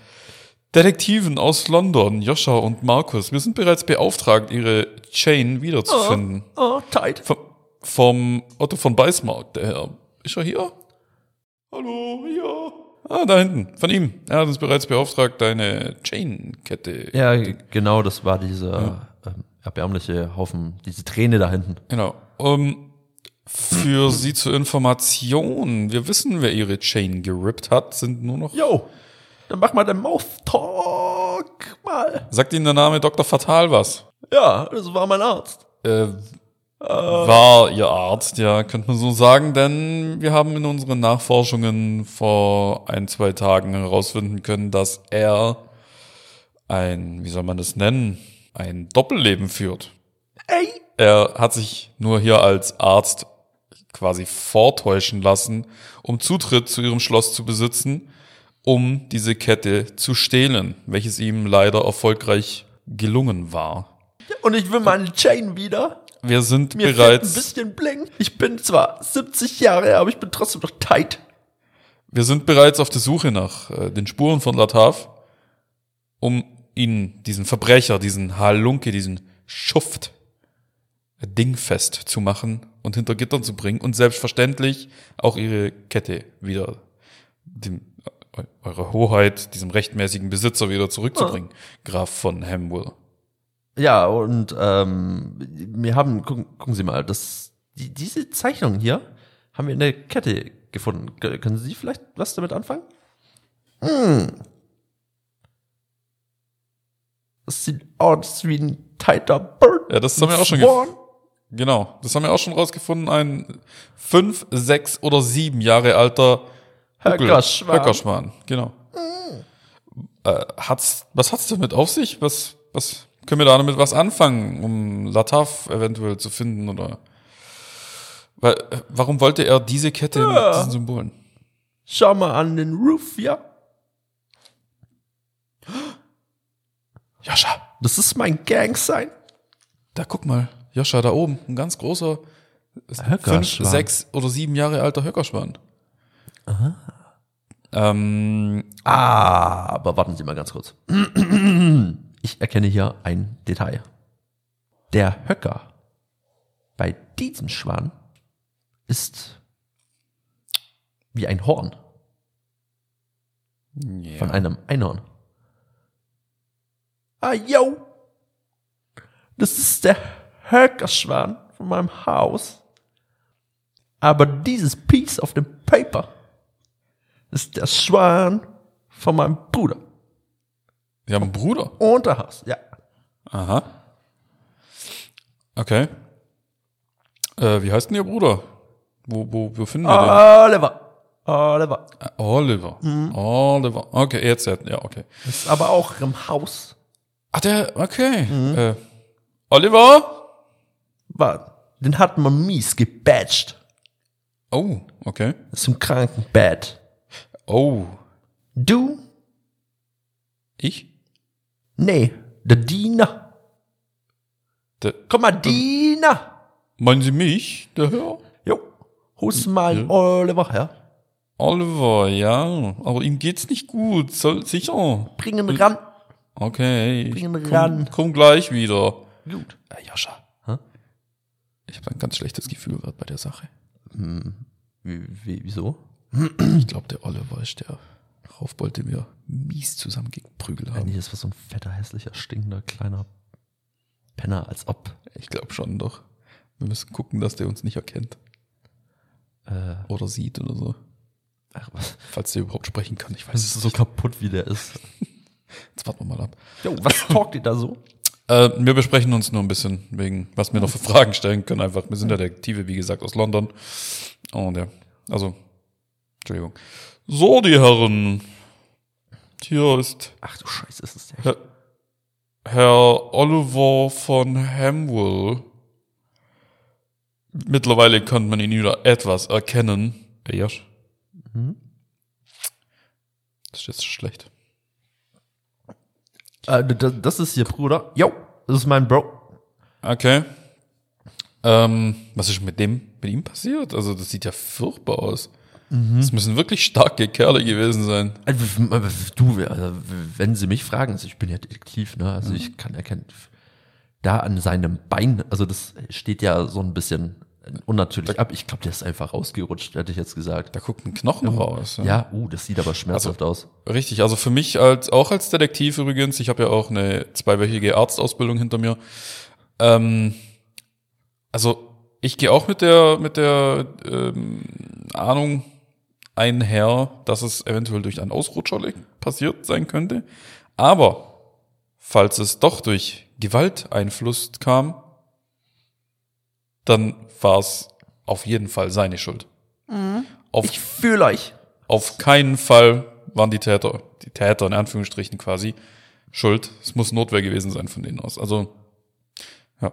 Speaker 3: Detektiven aus London, Joscha und Markus. Wir sind bereits beauftragt, ihre Chain wiederzufinden.
Speaker 4: Oh, tight.
Speaker 3: Vom, vom Otto von Beismark, der Herr. Ist er hier? Hallo, ja. Ah, da hinten, von ihm. Er hat uns bereits beauftragt, deine Chain-Kette.
Speaker 4: Ja, g- genau, das war dieser ähm, erbärmliche Haufen, diese Träne da hinten.
Speaker 3: Genau. Ähm, für Sie zur Information, wir wissen, wer Ihre Chain gerippt hat, sind nur noch...
Speaker 4: Yo, dann mach mal deinen Mouth Talk mal.
Speaker 3: Sagt Ihnen der Name Dr. Fatal was?
Speaker 4: Ja, das war mein Arzt.
Speaker 3: Äh,
Speaker 4: Ah.
Speaker 3: war Ihr Arzt, ja, könnte man so sagen, denn wir haben in unseren Nachforschungen vor ein, zwei Tagen herausfinden können, dass er ein, wie soll man das nennen, ein Doppelleben führt.
Speaker 4: Ey,
Speaker 3: Er hat sich nur hier als Arzt quasi vortäuschen lassen, um Zutritt zu ihrem Schloss zu besitzen, um diese Kette zu stehlen, welches ihm leider erfolgreich gelungen war.
Speaker 4: und ich will meine Chain wieder.
Speaker 3: Wir sind
Speaker 4: Mir fehlt ein
Speaker 3: bereits,
Speaker 4: bisschen Bling. Ich bin zwar 70 Jahre, aber ich bin trotzdem noch tight.
Speaker 3: wir sind bereits auf der Suche nach äh, den Spuren von Latav, um ihn, diesen Verbrecher, diesen Halunke, diesen Schuft äh, dingfest zu machen und hinter Gittern zu bringen und selbstverständlich auch ihre Kette wieder dem, eu- eure Hoheit, diesem rechtmäßigen Besitzer wieder zurückzubringen. Graf von Hamwell.
Speaker 4: Ja, und ähm, wir haben, gucken, gucken Sie mal, das, die, diese Zeichnung hier haben wir in der Kette gefunden. K- Können Sie vielleicht was damit anfangen? Hm. Das sieht aus wie ein tighter Bird.
Speaker 3: Ja, das haben wir auch schon
Speaker 4: Swan.
Speaker 3: gef- Genau, das haben wir auch schon rausgefunden. Ein fünf, sechs oder sieben Jahre alter Huckel-
Speaker 4: Höckerschwan.
Speaker 3: Höckerschwan, genau. Äh, hat's, was hat's damit auf sich? Was, was können wir da damit was anfangen, um Lataf eventuell zu finden oder? Weil, äh, warum wollte er diese Kette mit diesen Symbolen?
Speaker 4: Schau mal an den Roof, ja.
Speaker 3: Joscha,
Speaker 4: Das ist mein Gang sein.
Speaker 3: da guck mal, Joscha da oben, ein ganz großer, ist ein fünf,
Speaker 4: Höckerschwan.
Speaker 3: sechs oder sieben Jahre alter Höckerschwan. Ähm,
Speaker 4: Aber warten Sie mal ganz kurz. Ich erkenne hier ein Detail. Der Höcker bei diesem Schwan ist wie ein Horn
Speaker 3: ja.
Speaker 4: von einem Einhorn. Ah, yo! Das ist der Höckerschwan von meinem Haus. Aber dieses Piece auf dem Paper ist der Schwan von meinem Bruder.
Speaker 3: Sie haben einen Bruder.
Speaker 4: Unterhaus, ja.
Speaker 3: Aha. Okay. Äh, wie heißt denn Ihr Bruder? Wo, wo, wo
Speaker 4: Ah.
Speaker 3: finden wir
Speaker 4: Oliver. Oliver.
Speaker 3: den? Äh, Oliver.
Speaker 4: Mhm.
Speaker 3: Oliver. Okay, jetzt, ja, ja, okay.
Speaker 4: Ist aber auch im Haus.
Speaker 3: Ach, der, okay.
Speaker 4: Mhm.
Speaker 3: Äh, Oliver?
Speaker 4: War, den hat man mies gebatcht.
Speaker 3: Oh, okay.
Speaker 4: Ist im Krankenbett.
Speaker 3: Oh,
Speaker 4: Du?
Speaker 3: ich?
Speaker 4: Nee, der Diener.
Speaker 3: Der,
Speaker 4: Komm mal, Diener.
Speaker 3: meinen Sie mich? Der Herr?
Speaker 4: Jo, holst mal den Oliver her.
Speaker 3: Oliver, ja. Aber ihm geht's nicht gut. Soll, sicher.
Speaker 4: Bring ihn ran.
Speaker 3: Okay. ich
Speaker 4: Bring ihn
Speaker 3: komm,
Speaker 4: ran.
Speaker 3: komm gleich wieder.
Speaker 4: Gut.
Speaker 3: Äh, Joscha. Ich habe ein ganz schlechtes Gefühl gerade bei der Sache.
Speaker 4: wieso?
Speaker 3: Ich glaube, der Oliver ist der Raufbold, den wir mies zusammen geprügelt haben.
Speaker 4: Eigentlich ist was so ein fetter, hässlicher, stinkender, kleiner Penner, als ob.
Speaker 3: Ich glaube schon doch. Wir müssen gucken, dass der uns nicht erkennt. Oder sieht oder so.
Speaker 4: Ach, was?
Speaker 3: Falls der überhaupt sprechen kann. Ich weiß
Speaker 4: Das ist
Speaker 3: es.
Speaker 4: so kaputt, wie der ist.
Speaker 3: Jetzt warten wir mal ab.
Speaker 4: Jo, was talkt ihr da so?
Speaker 3: Äh, wir besprechen uns nur ein bisschen wegen, was wir noch für Fragen stellen können. Einfach, wir sind ja Detektive, wie gesagt, aus London. Und ja, also, Entschuldigung. So, die Herren. Hier ist
Speaker 4: Ach du Scheiße, ist es der.
Speaker 3: Herr, Herr Oliver von Hamwell. Mittlerweile kann man ihn wieder etwas erkennen. Der Jasch.
Speaker 4: Mhm.
Speaker 3: Das ist jetzt schlecht.
Speaker 4: Äh, das, das ist ihr Bruder. Jo, das ist mein Bro.
Speaker 3: Okay. Ähm, was ist mit dem, mit ihm passiert? Also, das sieht ja furchtbar aus.
Speaker 4: Mhm.
Speaker 3: Das müssen wirklich starke Kerle gewesen sein.
Speaker 4: Äh, Du, also, wenn sie mich fragen, also ich bin ja Detektiv, ne? Also ich kann erkennen, da an seinem Bein, also das steht ja so ein bisschen äh, unnatürlich ab. Ich glaube, der ist einfach ausgerutscht, hätte ich jetzt gesagt.
Speaker 3: Da guckt ein Knochen raus.
Speaker 4: Ja, uh, das sieht aber schmerzhaft aus.
Speaker 3: Richtig, also für mich als auch als Detektiv übrigens, ich habe ja auch eine zweiwöchige Arztausbildung hinter mir. Ähm, also ich gehe auch mit der mit der ähm, Ahnung einher, dass es eventuell durch einen Ausrutscher li- passiert sein könnte. Aber falls es doch durch Gewalteinfluss kam, dann war es auf jeden Fall seine Schuld. Auf
Speaker 4: Ich fühle euch.
Speaker 3: auf keinen Fall waren die Täter, die Täter in Anführungsstrichen quasi, schuld. Es muss Notwehr gewesen sein von denen aus. Also, ja.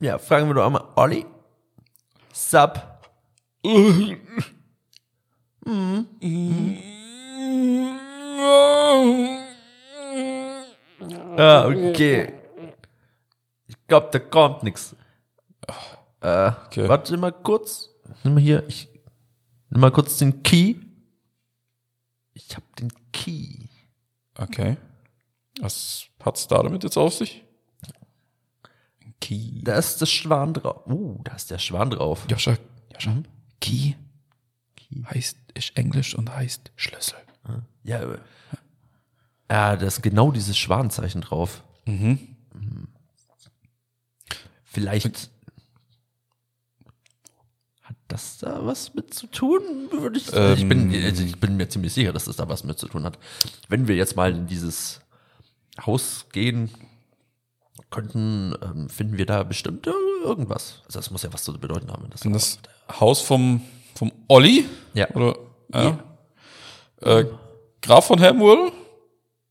Speaker 4: Ja, fragen wir doch einmal Olli. Sub.
Speaker 3: Mhm.
Speaker 4: Ah, okay. Ich glaube, da kommt nichts. Äh,
Speaker 3: Okay.
Speaker 4: Warte mal kurz. Nimm mal hier. Ich, nimm mal kurz den Key. Ich hab den Key.
Speaker 3: Okay. Was hat's da damit jetzt auf sich? Key.
Speaker 4: Da ist das Schwan drauf. Uh, da ist der Schwan drauf.
Speaker 3: Joscha, Joscha, Key, heißt, ist Englisch und heißt Schlüssel.
Speaker 4: Ja, äh, ja da ist genau dieses Schwanzeichen drauf.
Speaker 3: Mhm.
Speaker 4: Vielleicht hat das da was mit zu tun, würde ich
Speaker 3: Ähm,
Speaker 4: sagen. ich, bin, also ich bin mir ziemlich sicher, dass das da was mit zu tun hat. Wenn wir jetzt mal in dieses Haus gehen könnten, ähm, finden wir da bestimmt ir- irgendwas. Also das muss ja was zu bedeuten haben. wenn Das
Speaker 3: Und das Haus vom, vom Olli?
Speaker 4: ja.
Speaker 3: Oder, ja. Äh, Graf von Hamwell?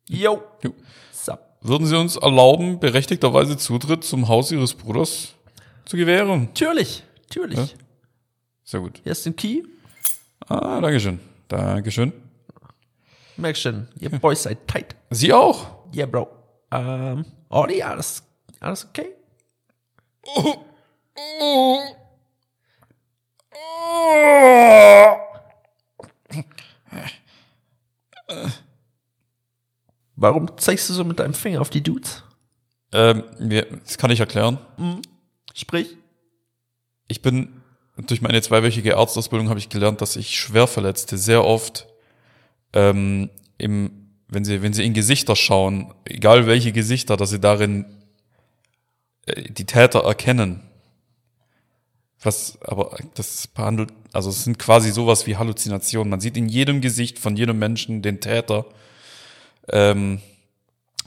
Speaker 4: Yo.
Speaker 3: Jo.
Speaker 4: Sup.
Speaker 3: würden Sie uns erlauben, berechtigterweise Zutritt zum Haus Ihres Bruders zu gewähren?
Speaker 4: Natürlich, natürlich.
Speaker 3: Ja. Sehr gut.
Speaker 4: Hier ist ein Key.
Speaker 3: Ah, Dankeschön. Dankeschön.
Speaker 4: Merkst schon, ihr Boys seid tight.
Speaker 3: Sie auch.
Speaker 4: Yeah, Bro. Ähm, Olli, alles, alles okay? Warum zeigst du so mit deinem Finger auf die Dudes?
Speaker 3: Ähm, wir, das kann ich erklären.
Speaker 4: Sprich.
Speaker 3: Ich bin durch meine zweiwöchige Arztausbildung habe ich gelernt, dass ich Schwerverletzte sehr oft ähm, im, wenn sie wenn sie in Gesichter schauen, egal welche Gesichter, dass sie darin äh, die Täter erkennen. Was aber das behandelt, also es sind quasi sowas wie Halluzinationen. Man sieht in jedem Gesicht von jedem Menschen den Täter. Ähm,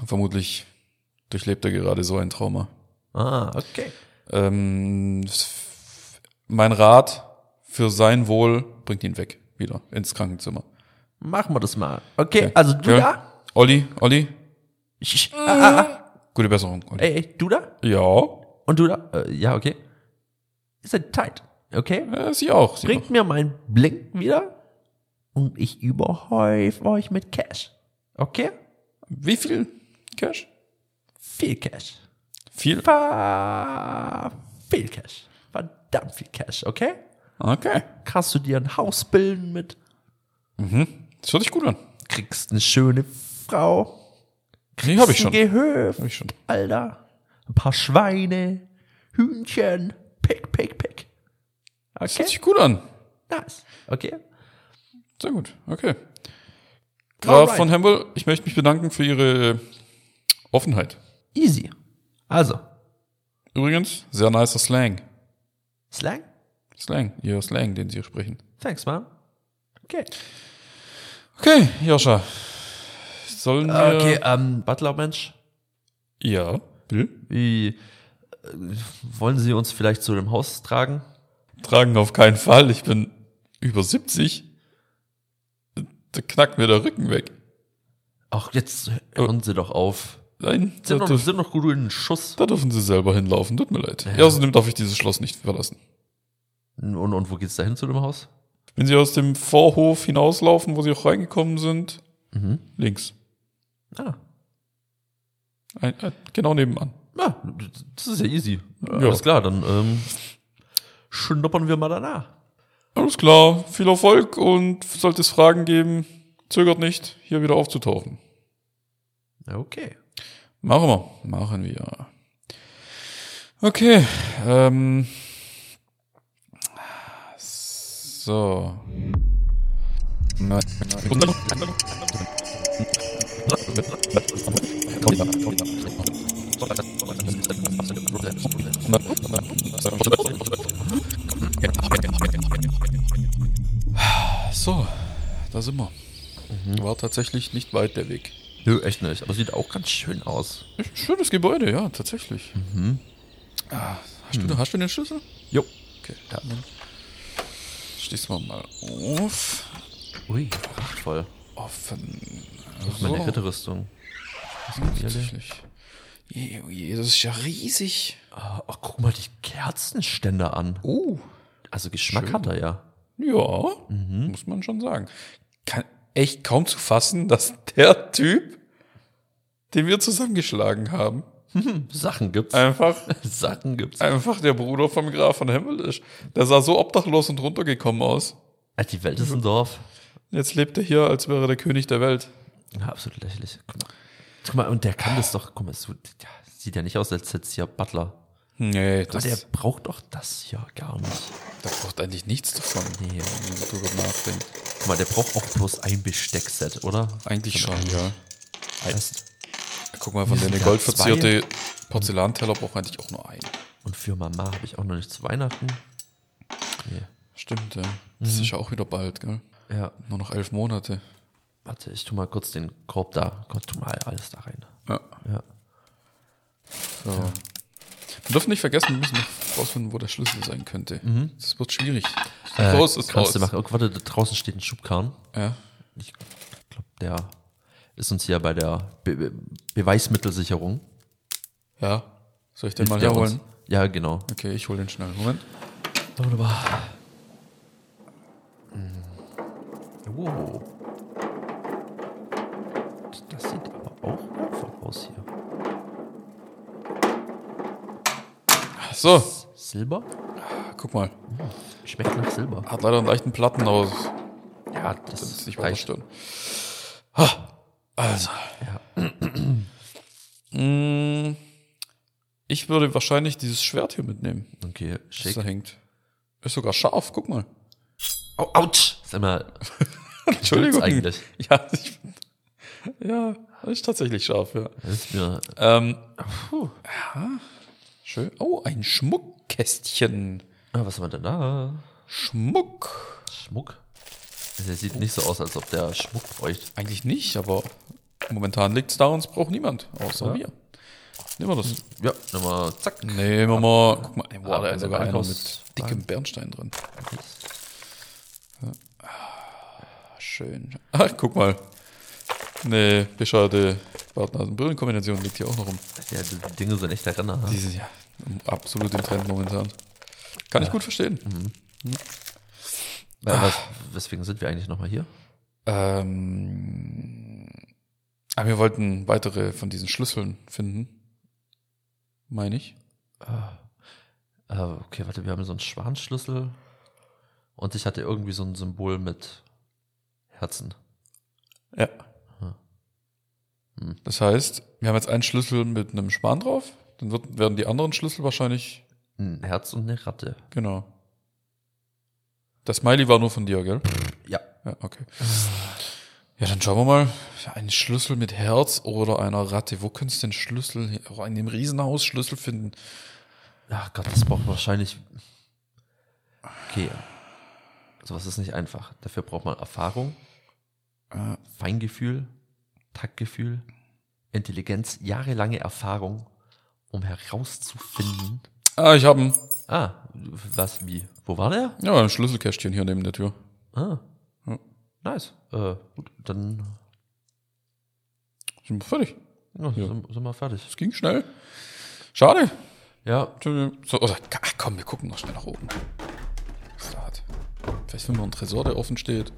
Speaker 3: vermutlich durchlebt er gerade so ein Trauma.
Speaker 4: Ah, okay.
Speaker 3: Ähm, f- mein Rat für sein Wohl bringt ihn weg wieder ins Krankenzimmer.
Speaker 4: Machen wir das mal. Okay, also du
Speaker 3: Ja.
Speaker 4: da?
Speaker 3: Olli, Olli,
Speaker 4: Sch- Ah, ah, ah.
Speaker 3: gute Besserung. Olli.
Speaker 4: Ey, ey, du da?
Speaker 3: Ja,
Speaker 4: Und du da? Äh, ja, okay. Ist seid tight. Okay?
Speaker 3: äh, sie auch. Sie
Speaker 4: Bringt
Speaker 3: auch.
Speaker 4: mir mein Blink wieder und ich überhäufe euch mit Cash. Okay?
Speaker 3: Wie viel Cash?
Speaker 4: Viel Cash.
Speaker 3: Viel.
Speaker 4: Ver viel Cash. Verdammt viel Cash, okay?
Speaker 3: Okay.
Speaker 4: Kannst du dir ein Haus bilden mit,
Speaker 3: Mhm. Das hört sich gut an.
Speaker 4: kriegst eine schöne Frau,
Speaker 3: Nee, habe ich
Speaker 4: ein
Speaker 3: schon.
Speaker 4: Gehöft,
Speaker 3: Hab ich schon.
Speaker 4: Alter, ein paar Schweine, Hühnchen, pick, pick, pick.
Speaker 3: Das hört
Speaker 4: Okay,
Speaker 3: sich gut an.
Speaker 4: nice. Okay,
Speaker 3: Sehr gut. Okay. Graf
Speaker 4: Alright.
Speaker 3: von Hempel, ich möchte mich bedanken für Ihre äh, Offenheit.
Speaker 4: easy. Also,
Speaker 3: Übrigens, sehr nicer Slang.
Speaker 4: Slang?
Speaker 3: Slang, Ihr Slang, den Sie hier sprechen.
Speaker 4: Thanks, man. Okay.
Speaker 3: Okay, Joscha. Sollen wir.
Speaker 4: Okay, ähm, Butler-Mensch,
Speaker 3: Ja, Bill?
Speaker 4: wie, äh, wollen Sie uns vielleicht zu dem Haus tragen?
Speaker 3: Tragen auf keinen Fall. Ich bin über 70. Da knackt mir der Rücken weg.
Speaker 2: Ach, jetzt hören Sie doch auf.
Speaker 3: Nein, da,
Speaker 2: Sind noch,
Speaker 3: dürf,
Speaker 2: sind noch gut in den Schuss.
Speaker 3: da dürfen sie selber hinlaufen. Tut mir leid.
Speaker 2: Ja.
Speaker 3: Ja, außerdem darf ich dieses Schloss nicht verlassen.
Speaker 2: Und, und wo geht's da hin zu dem Haus?
Speaker 3: Wenn sie aus dem Vorhof hinauslaufen, wo sie auch reingekommen sind,
Speaker 2: Mhm.
Speaker 3: links.
Speaker 2: Ah.
Speaker 3: Ein, ein, genau nebenan.
Speaker 2: Ja, das ist ja easy.
Speaker 3: Ja.
Speaker 2: Äh, Alles klar, dann ähm, schnuppern wir mal danach.
Speaker 3: Alles klar, viel Erfolg und sollte es Fragen geben, zögert nicht, hier wieder aufzutauchen.
Speaker 2: Ja, Okay.
Speaker 3: Machen wir, machen wir. Okay, ähm. So. Na- So, da sind wir. War tatsächlich nicht weit der Weg.
Speaker 2: Nö, echt nicht. Aber sieht auch ganz schön aus.
Speaker 3: Ist ein schönes Gebäude, ja, tatsächlich. Ah, hast, du, hast du den Schlüssel?
Speaker 2: Jo.
Speaker 3: Okay, dann schließen wir mal auf.
Speaker 2: Ui, prachtvoll.
Speaker 3: Offen.
Speaker 2: Meine Ritterrüstung.
Speaker 3: tatsächlich. Je, oh je, das ist ja riesig.
Speaker 2: Ah, oh, guck mal die Kerzenständer an.
Speaker 3: Oh.
Speaker 2: Also Geschmack
Speaker 3: Schön.
Speaker 2: hat er ja.
Speaker 3: Ja, Mhm. muss man schon sagen. Kann echt kaum zu fassen, dass der Typ, den wir zusammengeschlagen haben,
Speaker 2: Sachen gibt's.
Speaker 3: einfach
Speaker 2: Sachen gibt's.
Speaker 3: einfach der Bruder vom Graf von Hemmel ist. Der sah so obdachlos und runtergekommen aus.
Speaker 2: Ah, die Welt ist ein Dorf.
Speaker 3: Jetzt lebt er hier, als wäre er der König der Welt.
Speaker 2: Ja, absolut lächerlich. Guck mal. guck mal, und der kann das doch. Guck mal, so, ja, sieht ja nicht aus, als jetzt hier Butler.
Speaker 3: Nee,
Speaker 2: Aber
Speaker 3: Hm, das,
Speaker 2: der
Speaker 3: der,
Speaker 2: braucht doch das ja gar nicht.
Speaker 3: braucht eigentlich nichts davon,
Speaker 2: Nee.
Speaker 3: wenn man so drüber nachdenkt.
Speaker 2: Guck mal, der braucht auch bloß ein Besteckset, oder?
Speaker 3: Eigentlich schon, ja.
Speaker 2: Heißt,
Speaker 3: Guck mal, von
Speaker 2: Wir sind
Speaker 3: der
Speaker 2: ja
Speaker 3: goldverzierte Porzellanteller braucht eigentlich auch nur einen.
Speaker 2: und für Mama habe ich auch noch nichts zu Weihnachten. Nee.
Speaker 3: Stimmt, ja. Das
Speaker 2: Mhm.
Speaker 3: ist ja auch wieder bald, gell?
Speaker 2: Ja,
Speaker 3: Nur noch elf Monate.
Speaker 2: warte, ich tu mal kurz den Korb da. Gott, tu mal alles da rein.
Speaker 3: Ja.
Speaker 2: Ja.
Speaker 3: So. Wir dürfen nicht vergessen, wir müssen noch rausfinden, wo der Schlüssel sein könnte. Das wird schwierig.
Speaker 2: Mhm. Äh,
Speaker 3: raus ist
Speaker 2: kannst
Speaker 3: raus.
Speaker 2: du machen. Oh, warte, da draußen steht ein Schubkarren.
Speaker 3: Ja.
Speaker 2: Ich glaube, der ist uns hier bei der Be Be Beweismittelsicherung.
Speaker 3: ja. Soll ich den mal
Speaker 2: Der uns-
Speaker 3: herholen?
Speaker 2: Ja, genau.
Speaker 3: Okay, ich hole den schnell. Moment.
Speaker 2: Wunderbar. Wow. Das sieht aber auch einfach aus hier.
Speaker 3: So,
Speaker 2: Silber?
Speaker 3: guck mal.
Speaker 2: Schmeckt nach Silber.
Speaker 3: Hat leider einen leichten Platten, aber
Speaker 2: Ja, das
Speaker 3: das ist nicht weiter
Speaker 2: reicht.
Speaker 3: stören. Ha, also. Mm, Ich würde wahrscheinlich dieses Schwert hier mitnehmen,
Speaker 2: Okay,
Speaker 3: das da
Speaker 2: schick.
Speaker 3: hängt. Ist sogar scharf, guck mal.
Speaker 2: Au, ouch! Sag mal,
Speaker 3: Entschuldigung.
Speaker 2: eigentlich.
Speaker 3: Ja, ich, ja, ist tatsächlich scharf, ja.
Speaker 2: das ist mir
Speaker 3: Ähm, puh, ja, schön. Oh, ein Schmuckkästchen.
Speaker 2: Ah, was haben wir denn da?
Speaker 3: Schmuck.
Speaker 2: Schmuck? Also, der sieht nicht so aus, als ob der Schmuck bräuchte.
Speaker 3: Eigentlich nicht, aber momentan liegt's da und es braucht niemand, außer
Speaker 2: Ja.
Speaker 3: wir. Nehmen wir das.
Speaker 2: Ja, nochmal zack.
Speaker 3: Nehmen wir mal. Guck mal, ey, wow, da
Speaker 2: Ab in
Speaker 3: ist
Speaker 2: den
Speaker 3: sogar einer mit
Speaker 2: Einkaufs-
Speaker 3: dickem Bernstein drin. Ah, schön. Ach, guck mal. Eine bescheuerte Bartnasen-Brillen-Kombination liegt hier auch noch rum.
Speaker 2: Ja, die Dinge sind echt der Renner.
Speaker 3: Die
Speaker 2: ne?
Speaker 3: sind ja absolut im Trend momentan. Kann ich gut verstehen.
Speaker 2: Weil, Äh, was, weswegen sind wir eigentlich nochmal hier?
Speaker 3: Ähm, aber wir wollten weitere von diesen Schlüsseln finden. Meine ich.
Speaker 2: Äh, okay, warte, wir haben so einen Schwanschlüssel. Und ich hatte irgendwie so ein Symbol mit Herzen.
Speaker 3: Ja.
Speaker 2: Hm.
Speaker 3: Das heißt, wir haben jetzt einen Schlüssel mit einem Schwan drauf. Dann wird, werden die anderen Schlüssel wahrscheinlich.
Speaker 2: Ein Herz und eine Ratte.
Speaker 3: Genau. Das Smiley war nur von dir, gell?
Speaker 2: Ja.
Speaker 3: Ja, okay. Ja, dann schauen wir mal. Ein Schlüssel mit Herz oder einer Ratte. Wo könntest du den Schlüssel, hier- auch in dem Riesenhaus Schlüssel finden?
Speaker 2: Ach Gott, das braucht wahrscheinlich. Okay. Sowas ist nicht einfach. Dafür braucht man Erfahrung,
Speaker 3: Äh,
Speaker 2: Feingefühl, Taktgefühl, Intelligenz, jahrelange Erfahrung, um herauszufinden.
Speaker 3: Ah, ich habe ihn.
Speaker 2: Ah, was, wie? Wo war der?
Speaker 3: Ja, ein Schlüsselkästchen hier neben der Tür.
Speaker 2: Ah.
Speaker 3: Ja.
Speaker 2: Nice. Äh, gut, dann
Speaker 3: Sind wir fertig.
Speaker 2: ja, Sind, sind wir fertig.
Speaker 3: Es ging schnell. Schade.
Speaker 2: Ja,
Speaker 3: So, oder, ach komm, wir gucken noch schnell nach oben. Was da hat. Vielleicht finden wir einen Tresor, der offen steht.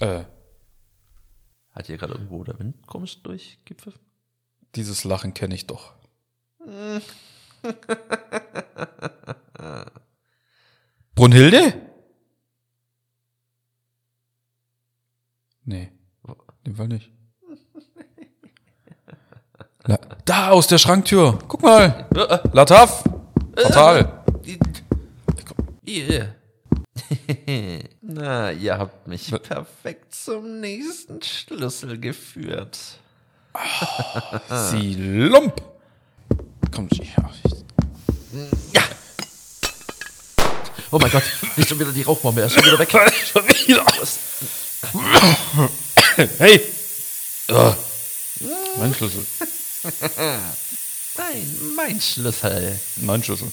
Speaker 3: äh,
Speaker 2: hat hier gerade irgendwo der Wind komisch durchgepfiffen?
Speaker 3: dieses Lachen kenne ich doch. Brunhilde? Nee, in dem Fall nicht. La da, aus der Schranktür. Guck mal. Lataf. Portal.
Speaker 2: Yeah. Na, ihr habt mich perfekt zum nächsten Schlüssel geführt.
Speaker 3: Sie lump. Komm, ja, ich-
Speaker 2: Ja! Oh mein Gott, nicht schon wieder die Rauchbombe, er ist schon wieder weg.
Speaker 3: Schon wieder aus. hey! Ah. Mein Schlüssel.
Speaker 2: Nein, mein Schlüssel.
Speaker 3: Mein Schlüssel.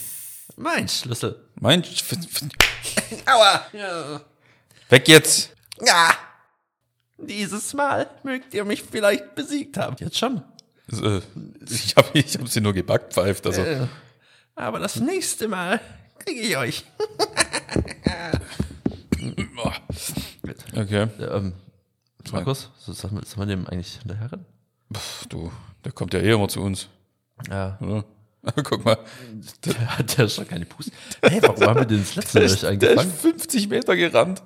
Speaker 2: Mein Schlüssel.
Speaker 3: Mein Sch-
Speaker 2: Aua! Ja.
Speaker 3: Weg jetzt!
Speaker 2: Ah. Dieses Mal mögt ihr mich vielleicht besiegt haben. Jetzt schon.
Speaker 3: Äh, Ich habe ich hab sie nur gebackpfeift. Also,
Speaker 2: Äh, Aber das nächste Mal kriege ich euch.
Speaker 3: okay.
Speaker 2: Ähm, Markus, soll man, soll man dem eigentlich hinterherren?
Speaker 3: Pff, du, der kommt ja eh immer zu uns,
Speaker 2: Ja.
Speaker 3: oder? Guck mal,
Speaker 2: Der hat ja schon keine Puste. Hey, warum haben wir den das letzte Mal nicht
Speaker 3: der ist
Speaker 2: eingefangen?
Speaker 3: 50 Meter gerannt.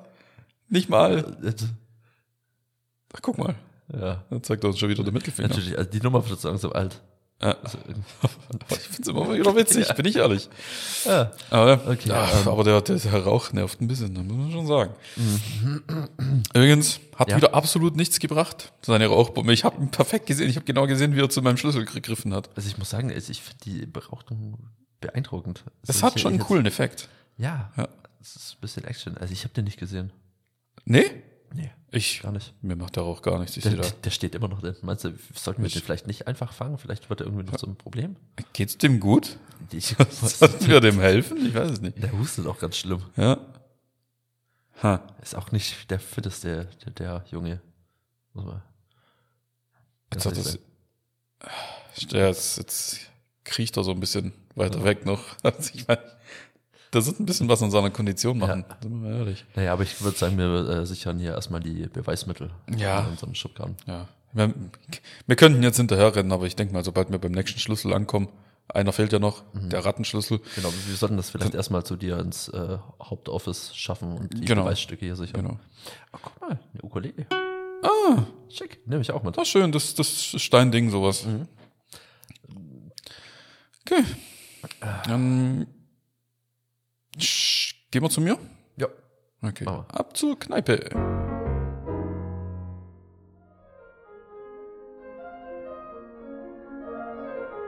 Speaker 3: Nicht mal. Ach, guck mal,
Speaker 2: Ja.
Speaker 3: dann zeigt er uns schon wieder den Mittelfinger.
Speaker 2: Natürlich, also die Nummer wird so langsam alt.
Speaker 3: Ja.
Speaker 2: Also,
Speaker 3: Aber ich finde es immer wieder witzig, bin ich ehrlich.
Speaker 2: ja.
Speaker 3: Aber,
Speaker 2: Okay,
Speaker 3: Ah, ja,
Speaker 2: ähm.
Speaker 3: aber der, der, der Rauch nervt ein bisschen, das muss man schon sagen. Übrigens, hat
Speaker 2: Ja.
Speaker 3: wieder absolut nichts gebracht, seine Rauchbombe. Ich habe ihn perfekt gesehen, ich habe genau gesehen, wie er zu meinem Schlüssel gegriffen hat.
Speaker 2: also ich muss sagen, also ich finde die Berauchtung beeindruckend.
Speaker 3: Es
Speaker 2: Also
Speaker 3: hat
Speaker 2: ich-
Speaker 3: schon einen
Speaker 2: jetzt-
Speaker 3: coolen Effekt.
Speaker 2: Ja,
Speaker 3: Ja.
Speaker 2: es ist ein bisschen Action. Also ich habe den nicht gesehen.
Speaker 3: Nee?
Speaker 2: Nee,
Speaker 3: Ich,
Speaker 2: gar nicht.
Speaker 3: mir macht der Rauch gar nichts. Ich
Speaker 2: Der,
Speaker 3: sehe da.
Speaker 2: der steht immer noch da. Meinst du, sollten wir
Speaker 3: Ich-
Speaker 2: den vielleicht nicht einfach fangen? Vielleicht wird er irgendwie noch so ein Problem.
Speaker 3: Geht's dem gut?
Speaker 2: Ich,
Speaker 3: Sollten wir dem helfen? Ich weiß es nicht.
Speaker 2: der hustet auch ganz schlimm.
Speaker 3: Ja. Ha.
Speaker 2: Ist auch nicht der fitteste, der, der Junge. Muss man
Speaker 3: Jetzt,
Speaker 2: ganz
Speaker 3: hat
Speaker 2: ehrlich
Speaker 3: das,
Speaker 2: sagen.
Speaker 3: ja, jetzt, jetzt kriecht er so ein bisschen weiter weg noch. Also ich meine, das wird ein bisschen was an seiner Kondition machen. Sind wir mal ehrlich.
Speaker 2: Naja, aber ich würde sagen, wir äh, sichern hier erstmal die Beweismittel
Speaker 3: Ja.
Speaker 2: in unserem Schubkarren.
Speaker 3: Ja. Wir, wir könnten jetzt hinterherrennen, aber ich denke mal, sobald wir beim nächsten Schlüssel ankommen, einer fehlt ja noch, der Rattenschlüssel.
Speaker 2: Genau, wir sollten das vielleicht erstmal zu dir ins äh, Hauptoffice schaffen und die
Speaker 3: Genau.
Speaker 2: Beweisstücke hier sichern.
Speaker 3: Genau.
Speaker 2: Oh, guck mal, eine Ukulele. Ah. Schick, nehme ich auch mit.
Speaker 3: Das ist schön, das, das Steinding, sowas. Okay. Dann sch- gehen wir zu mir?
Speaker 2: Ja.
Speaker 3: Okay.
Speaker 2: Machen wir.
Speaker 3: Ab zur Kneipe.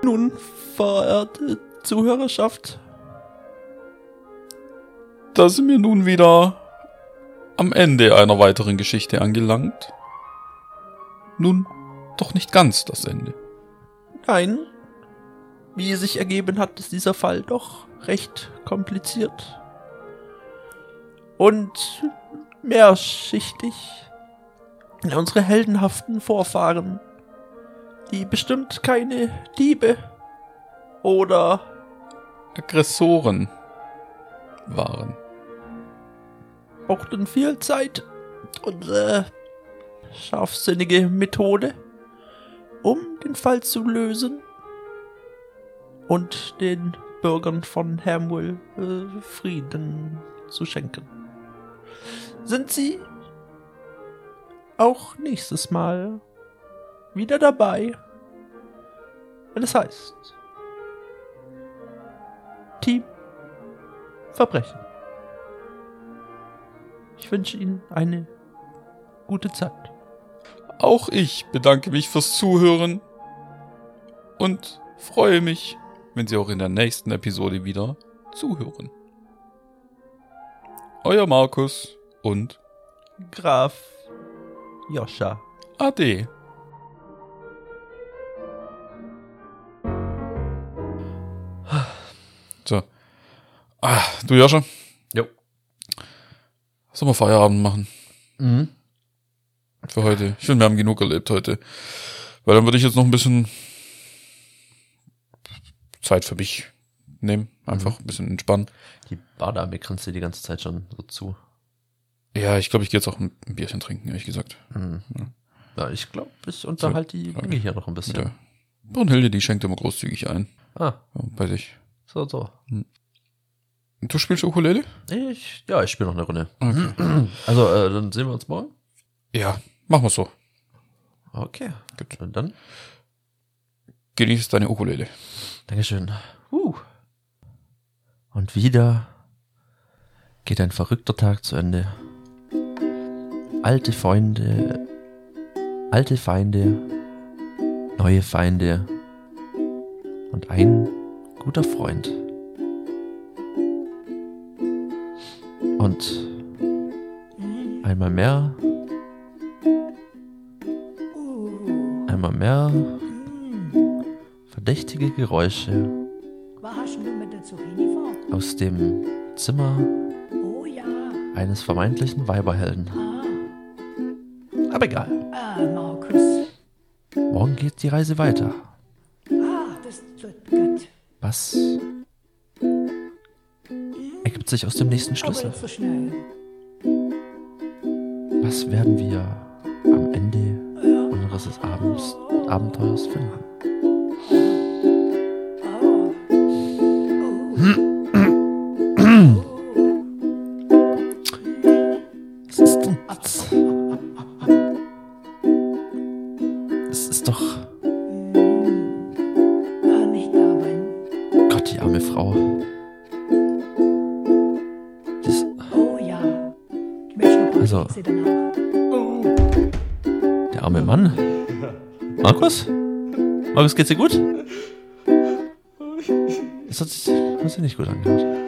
Speaker 2: Nun, verehrte Zuhörerschaft.
Speaker 3: Da sind wir nun wieder am Ende einer weiteren Geschichte angelangt. Nun, doch nicht ganz das Ende.
Speaker 2: Nein. Wie es sich ergeben hat, ist dieser Fall doch recht kompliziert.
Speaker 4: und mehrschichtig. Unsere heldenhaften Vorfahren, die bestimmt keine Diebe oder
Speaker 3: Aggressoren waren.
Speaker 4: brauchten viel Zeit und äh, scharfsinnige Methode, um den Fall zu lösen und den Bürgern von Hamwell äh, Frieden zu schenken. Sind Sie auch nächstes Mal wieder dabei, wenn es heißt Team Verbrechen. Ich wünsche Ihnen eine gute Zeit.
Speaker 3: Auch ich bedanke mich fürs Zuhören und freue mich, wenn Sie auch in der nächsten Episode wieder zuhören. Euer Markus und
Speaker 4: Graf Joscha.
Speaker 3: Ade. So, Ah, du Joscha?
Speaker 2: Jo.
Speaker 3: Sollen wir Feierabend machen
Speaker 2: Mhm.
Speaker 3: für heute? Ich finde, wir haben genug erlebt heute. Weil dann würde ich jetzt noch ein bisschen Zeit für mich nehmen. Einfach ein bisschen entspannen.
Speaker 2: Die Badame grinst dir die ganze Zeit schon so zu.
Speaker 3: Ja, ich glaube, ich gehe jetzt auch ein ein Bierchen trinken, ehrlich gesagt.
Speaker 2: Mhm. Ja, ich glaube, ich unterhalte die Dinge hier noch ein
Speaker 3: Mit
Speaker 2: bisschen.
Speaker 3: der Brunhilde, die schenkt immer großzügig ein.
Speaker 2: Ah,
Speaker 3: Ja, bei sich.
Speaker 2: so, so.
Speaker 3: Und Du spielst Ukulele?
Speaker 2: Ich, ja, ich spiele noch eine Runde.
Speaker 3: Okay.
Speaker 2: Also, äh, dann sehen wir uns morgen.
Speaker 3: Ja, machen wir so.
Speaker 2: Okay.
Speaker 3: Gut.
Speaker 2: Und dann?
Speaker 3: Genieß deine Ukulele.
Speaker 2: Dankeschön. Uh. Und wieder geht ein verrückter Tag zu Ende. Alte Freunde, alte Feinde, neue Feinde und ein guter Freund. Und einmal mehr, einmal mehr verdächtige Geräusche.
Speaker 5: Überraschende mit der Zucchini-Form.
Speaker 2: aus dem Zimmer
Speaker 5: Oh ja.
Speaker 2: eines vermeintlichen Weiberhelden. Aber egal,
Speaker 5: Ah, Markus.
Speaker 2: morgen geht die Reise weiter.
Speaker 5: Ah, das wird gut.
Speaker 2: Was ergibt sich aus dem nächsten
Speaker 5: Aber
Speaker 2: Schlüssel?
Speaker 5: nicht so schnell.
Speaker 2: Was werden wir am Ende unseres Abends, Abenteuers finden?
Speaker 5: Oh.
Speaker 2: Es ist, es- es ist doch
Speaker 5: Ah, nicht dabei.
Speaker 2: Gott, die arme Frau. Das,
Speaker 5: Oh ja. Die Menschen kommen
Speaker 2: Also.
Speaker 5: sie danach.
Speaker 2: Der arme Mann. Markus? Markus, geht's dir gut? Das hat sich, hat sich nicht gut angehört.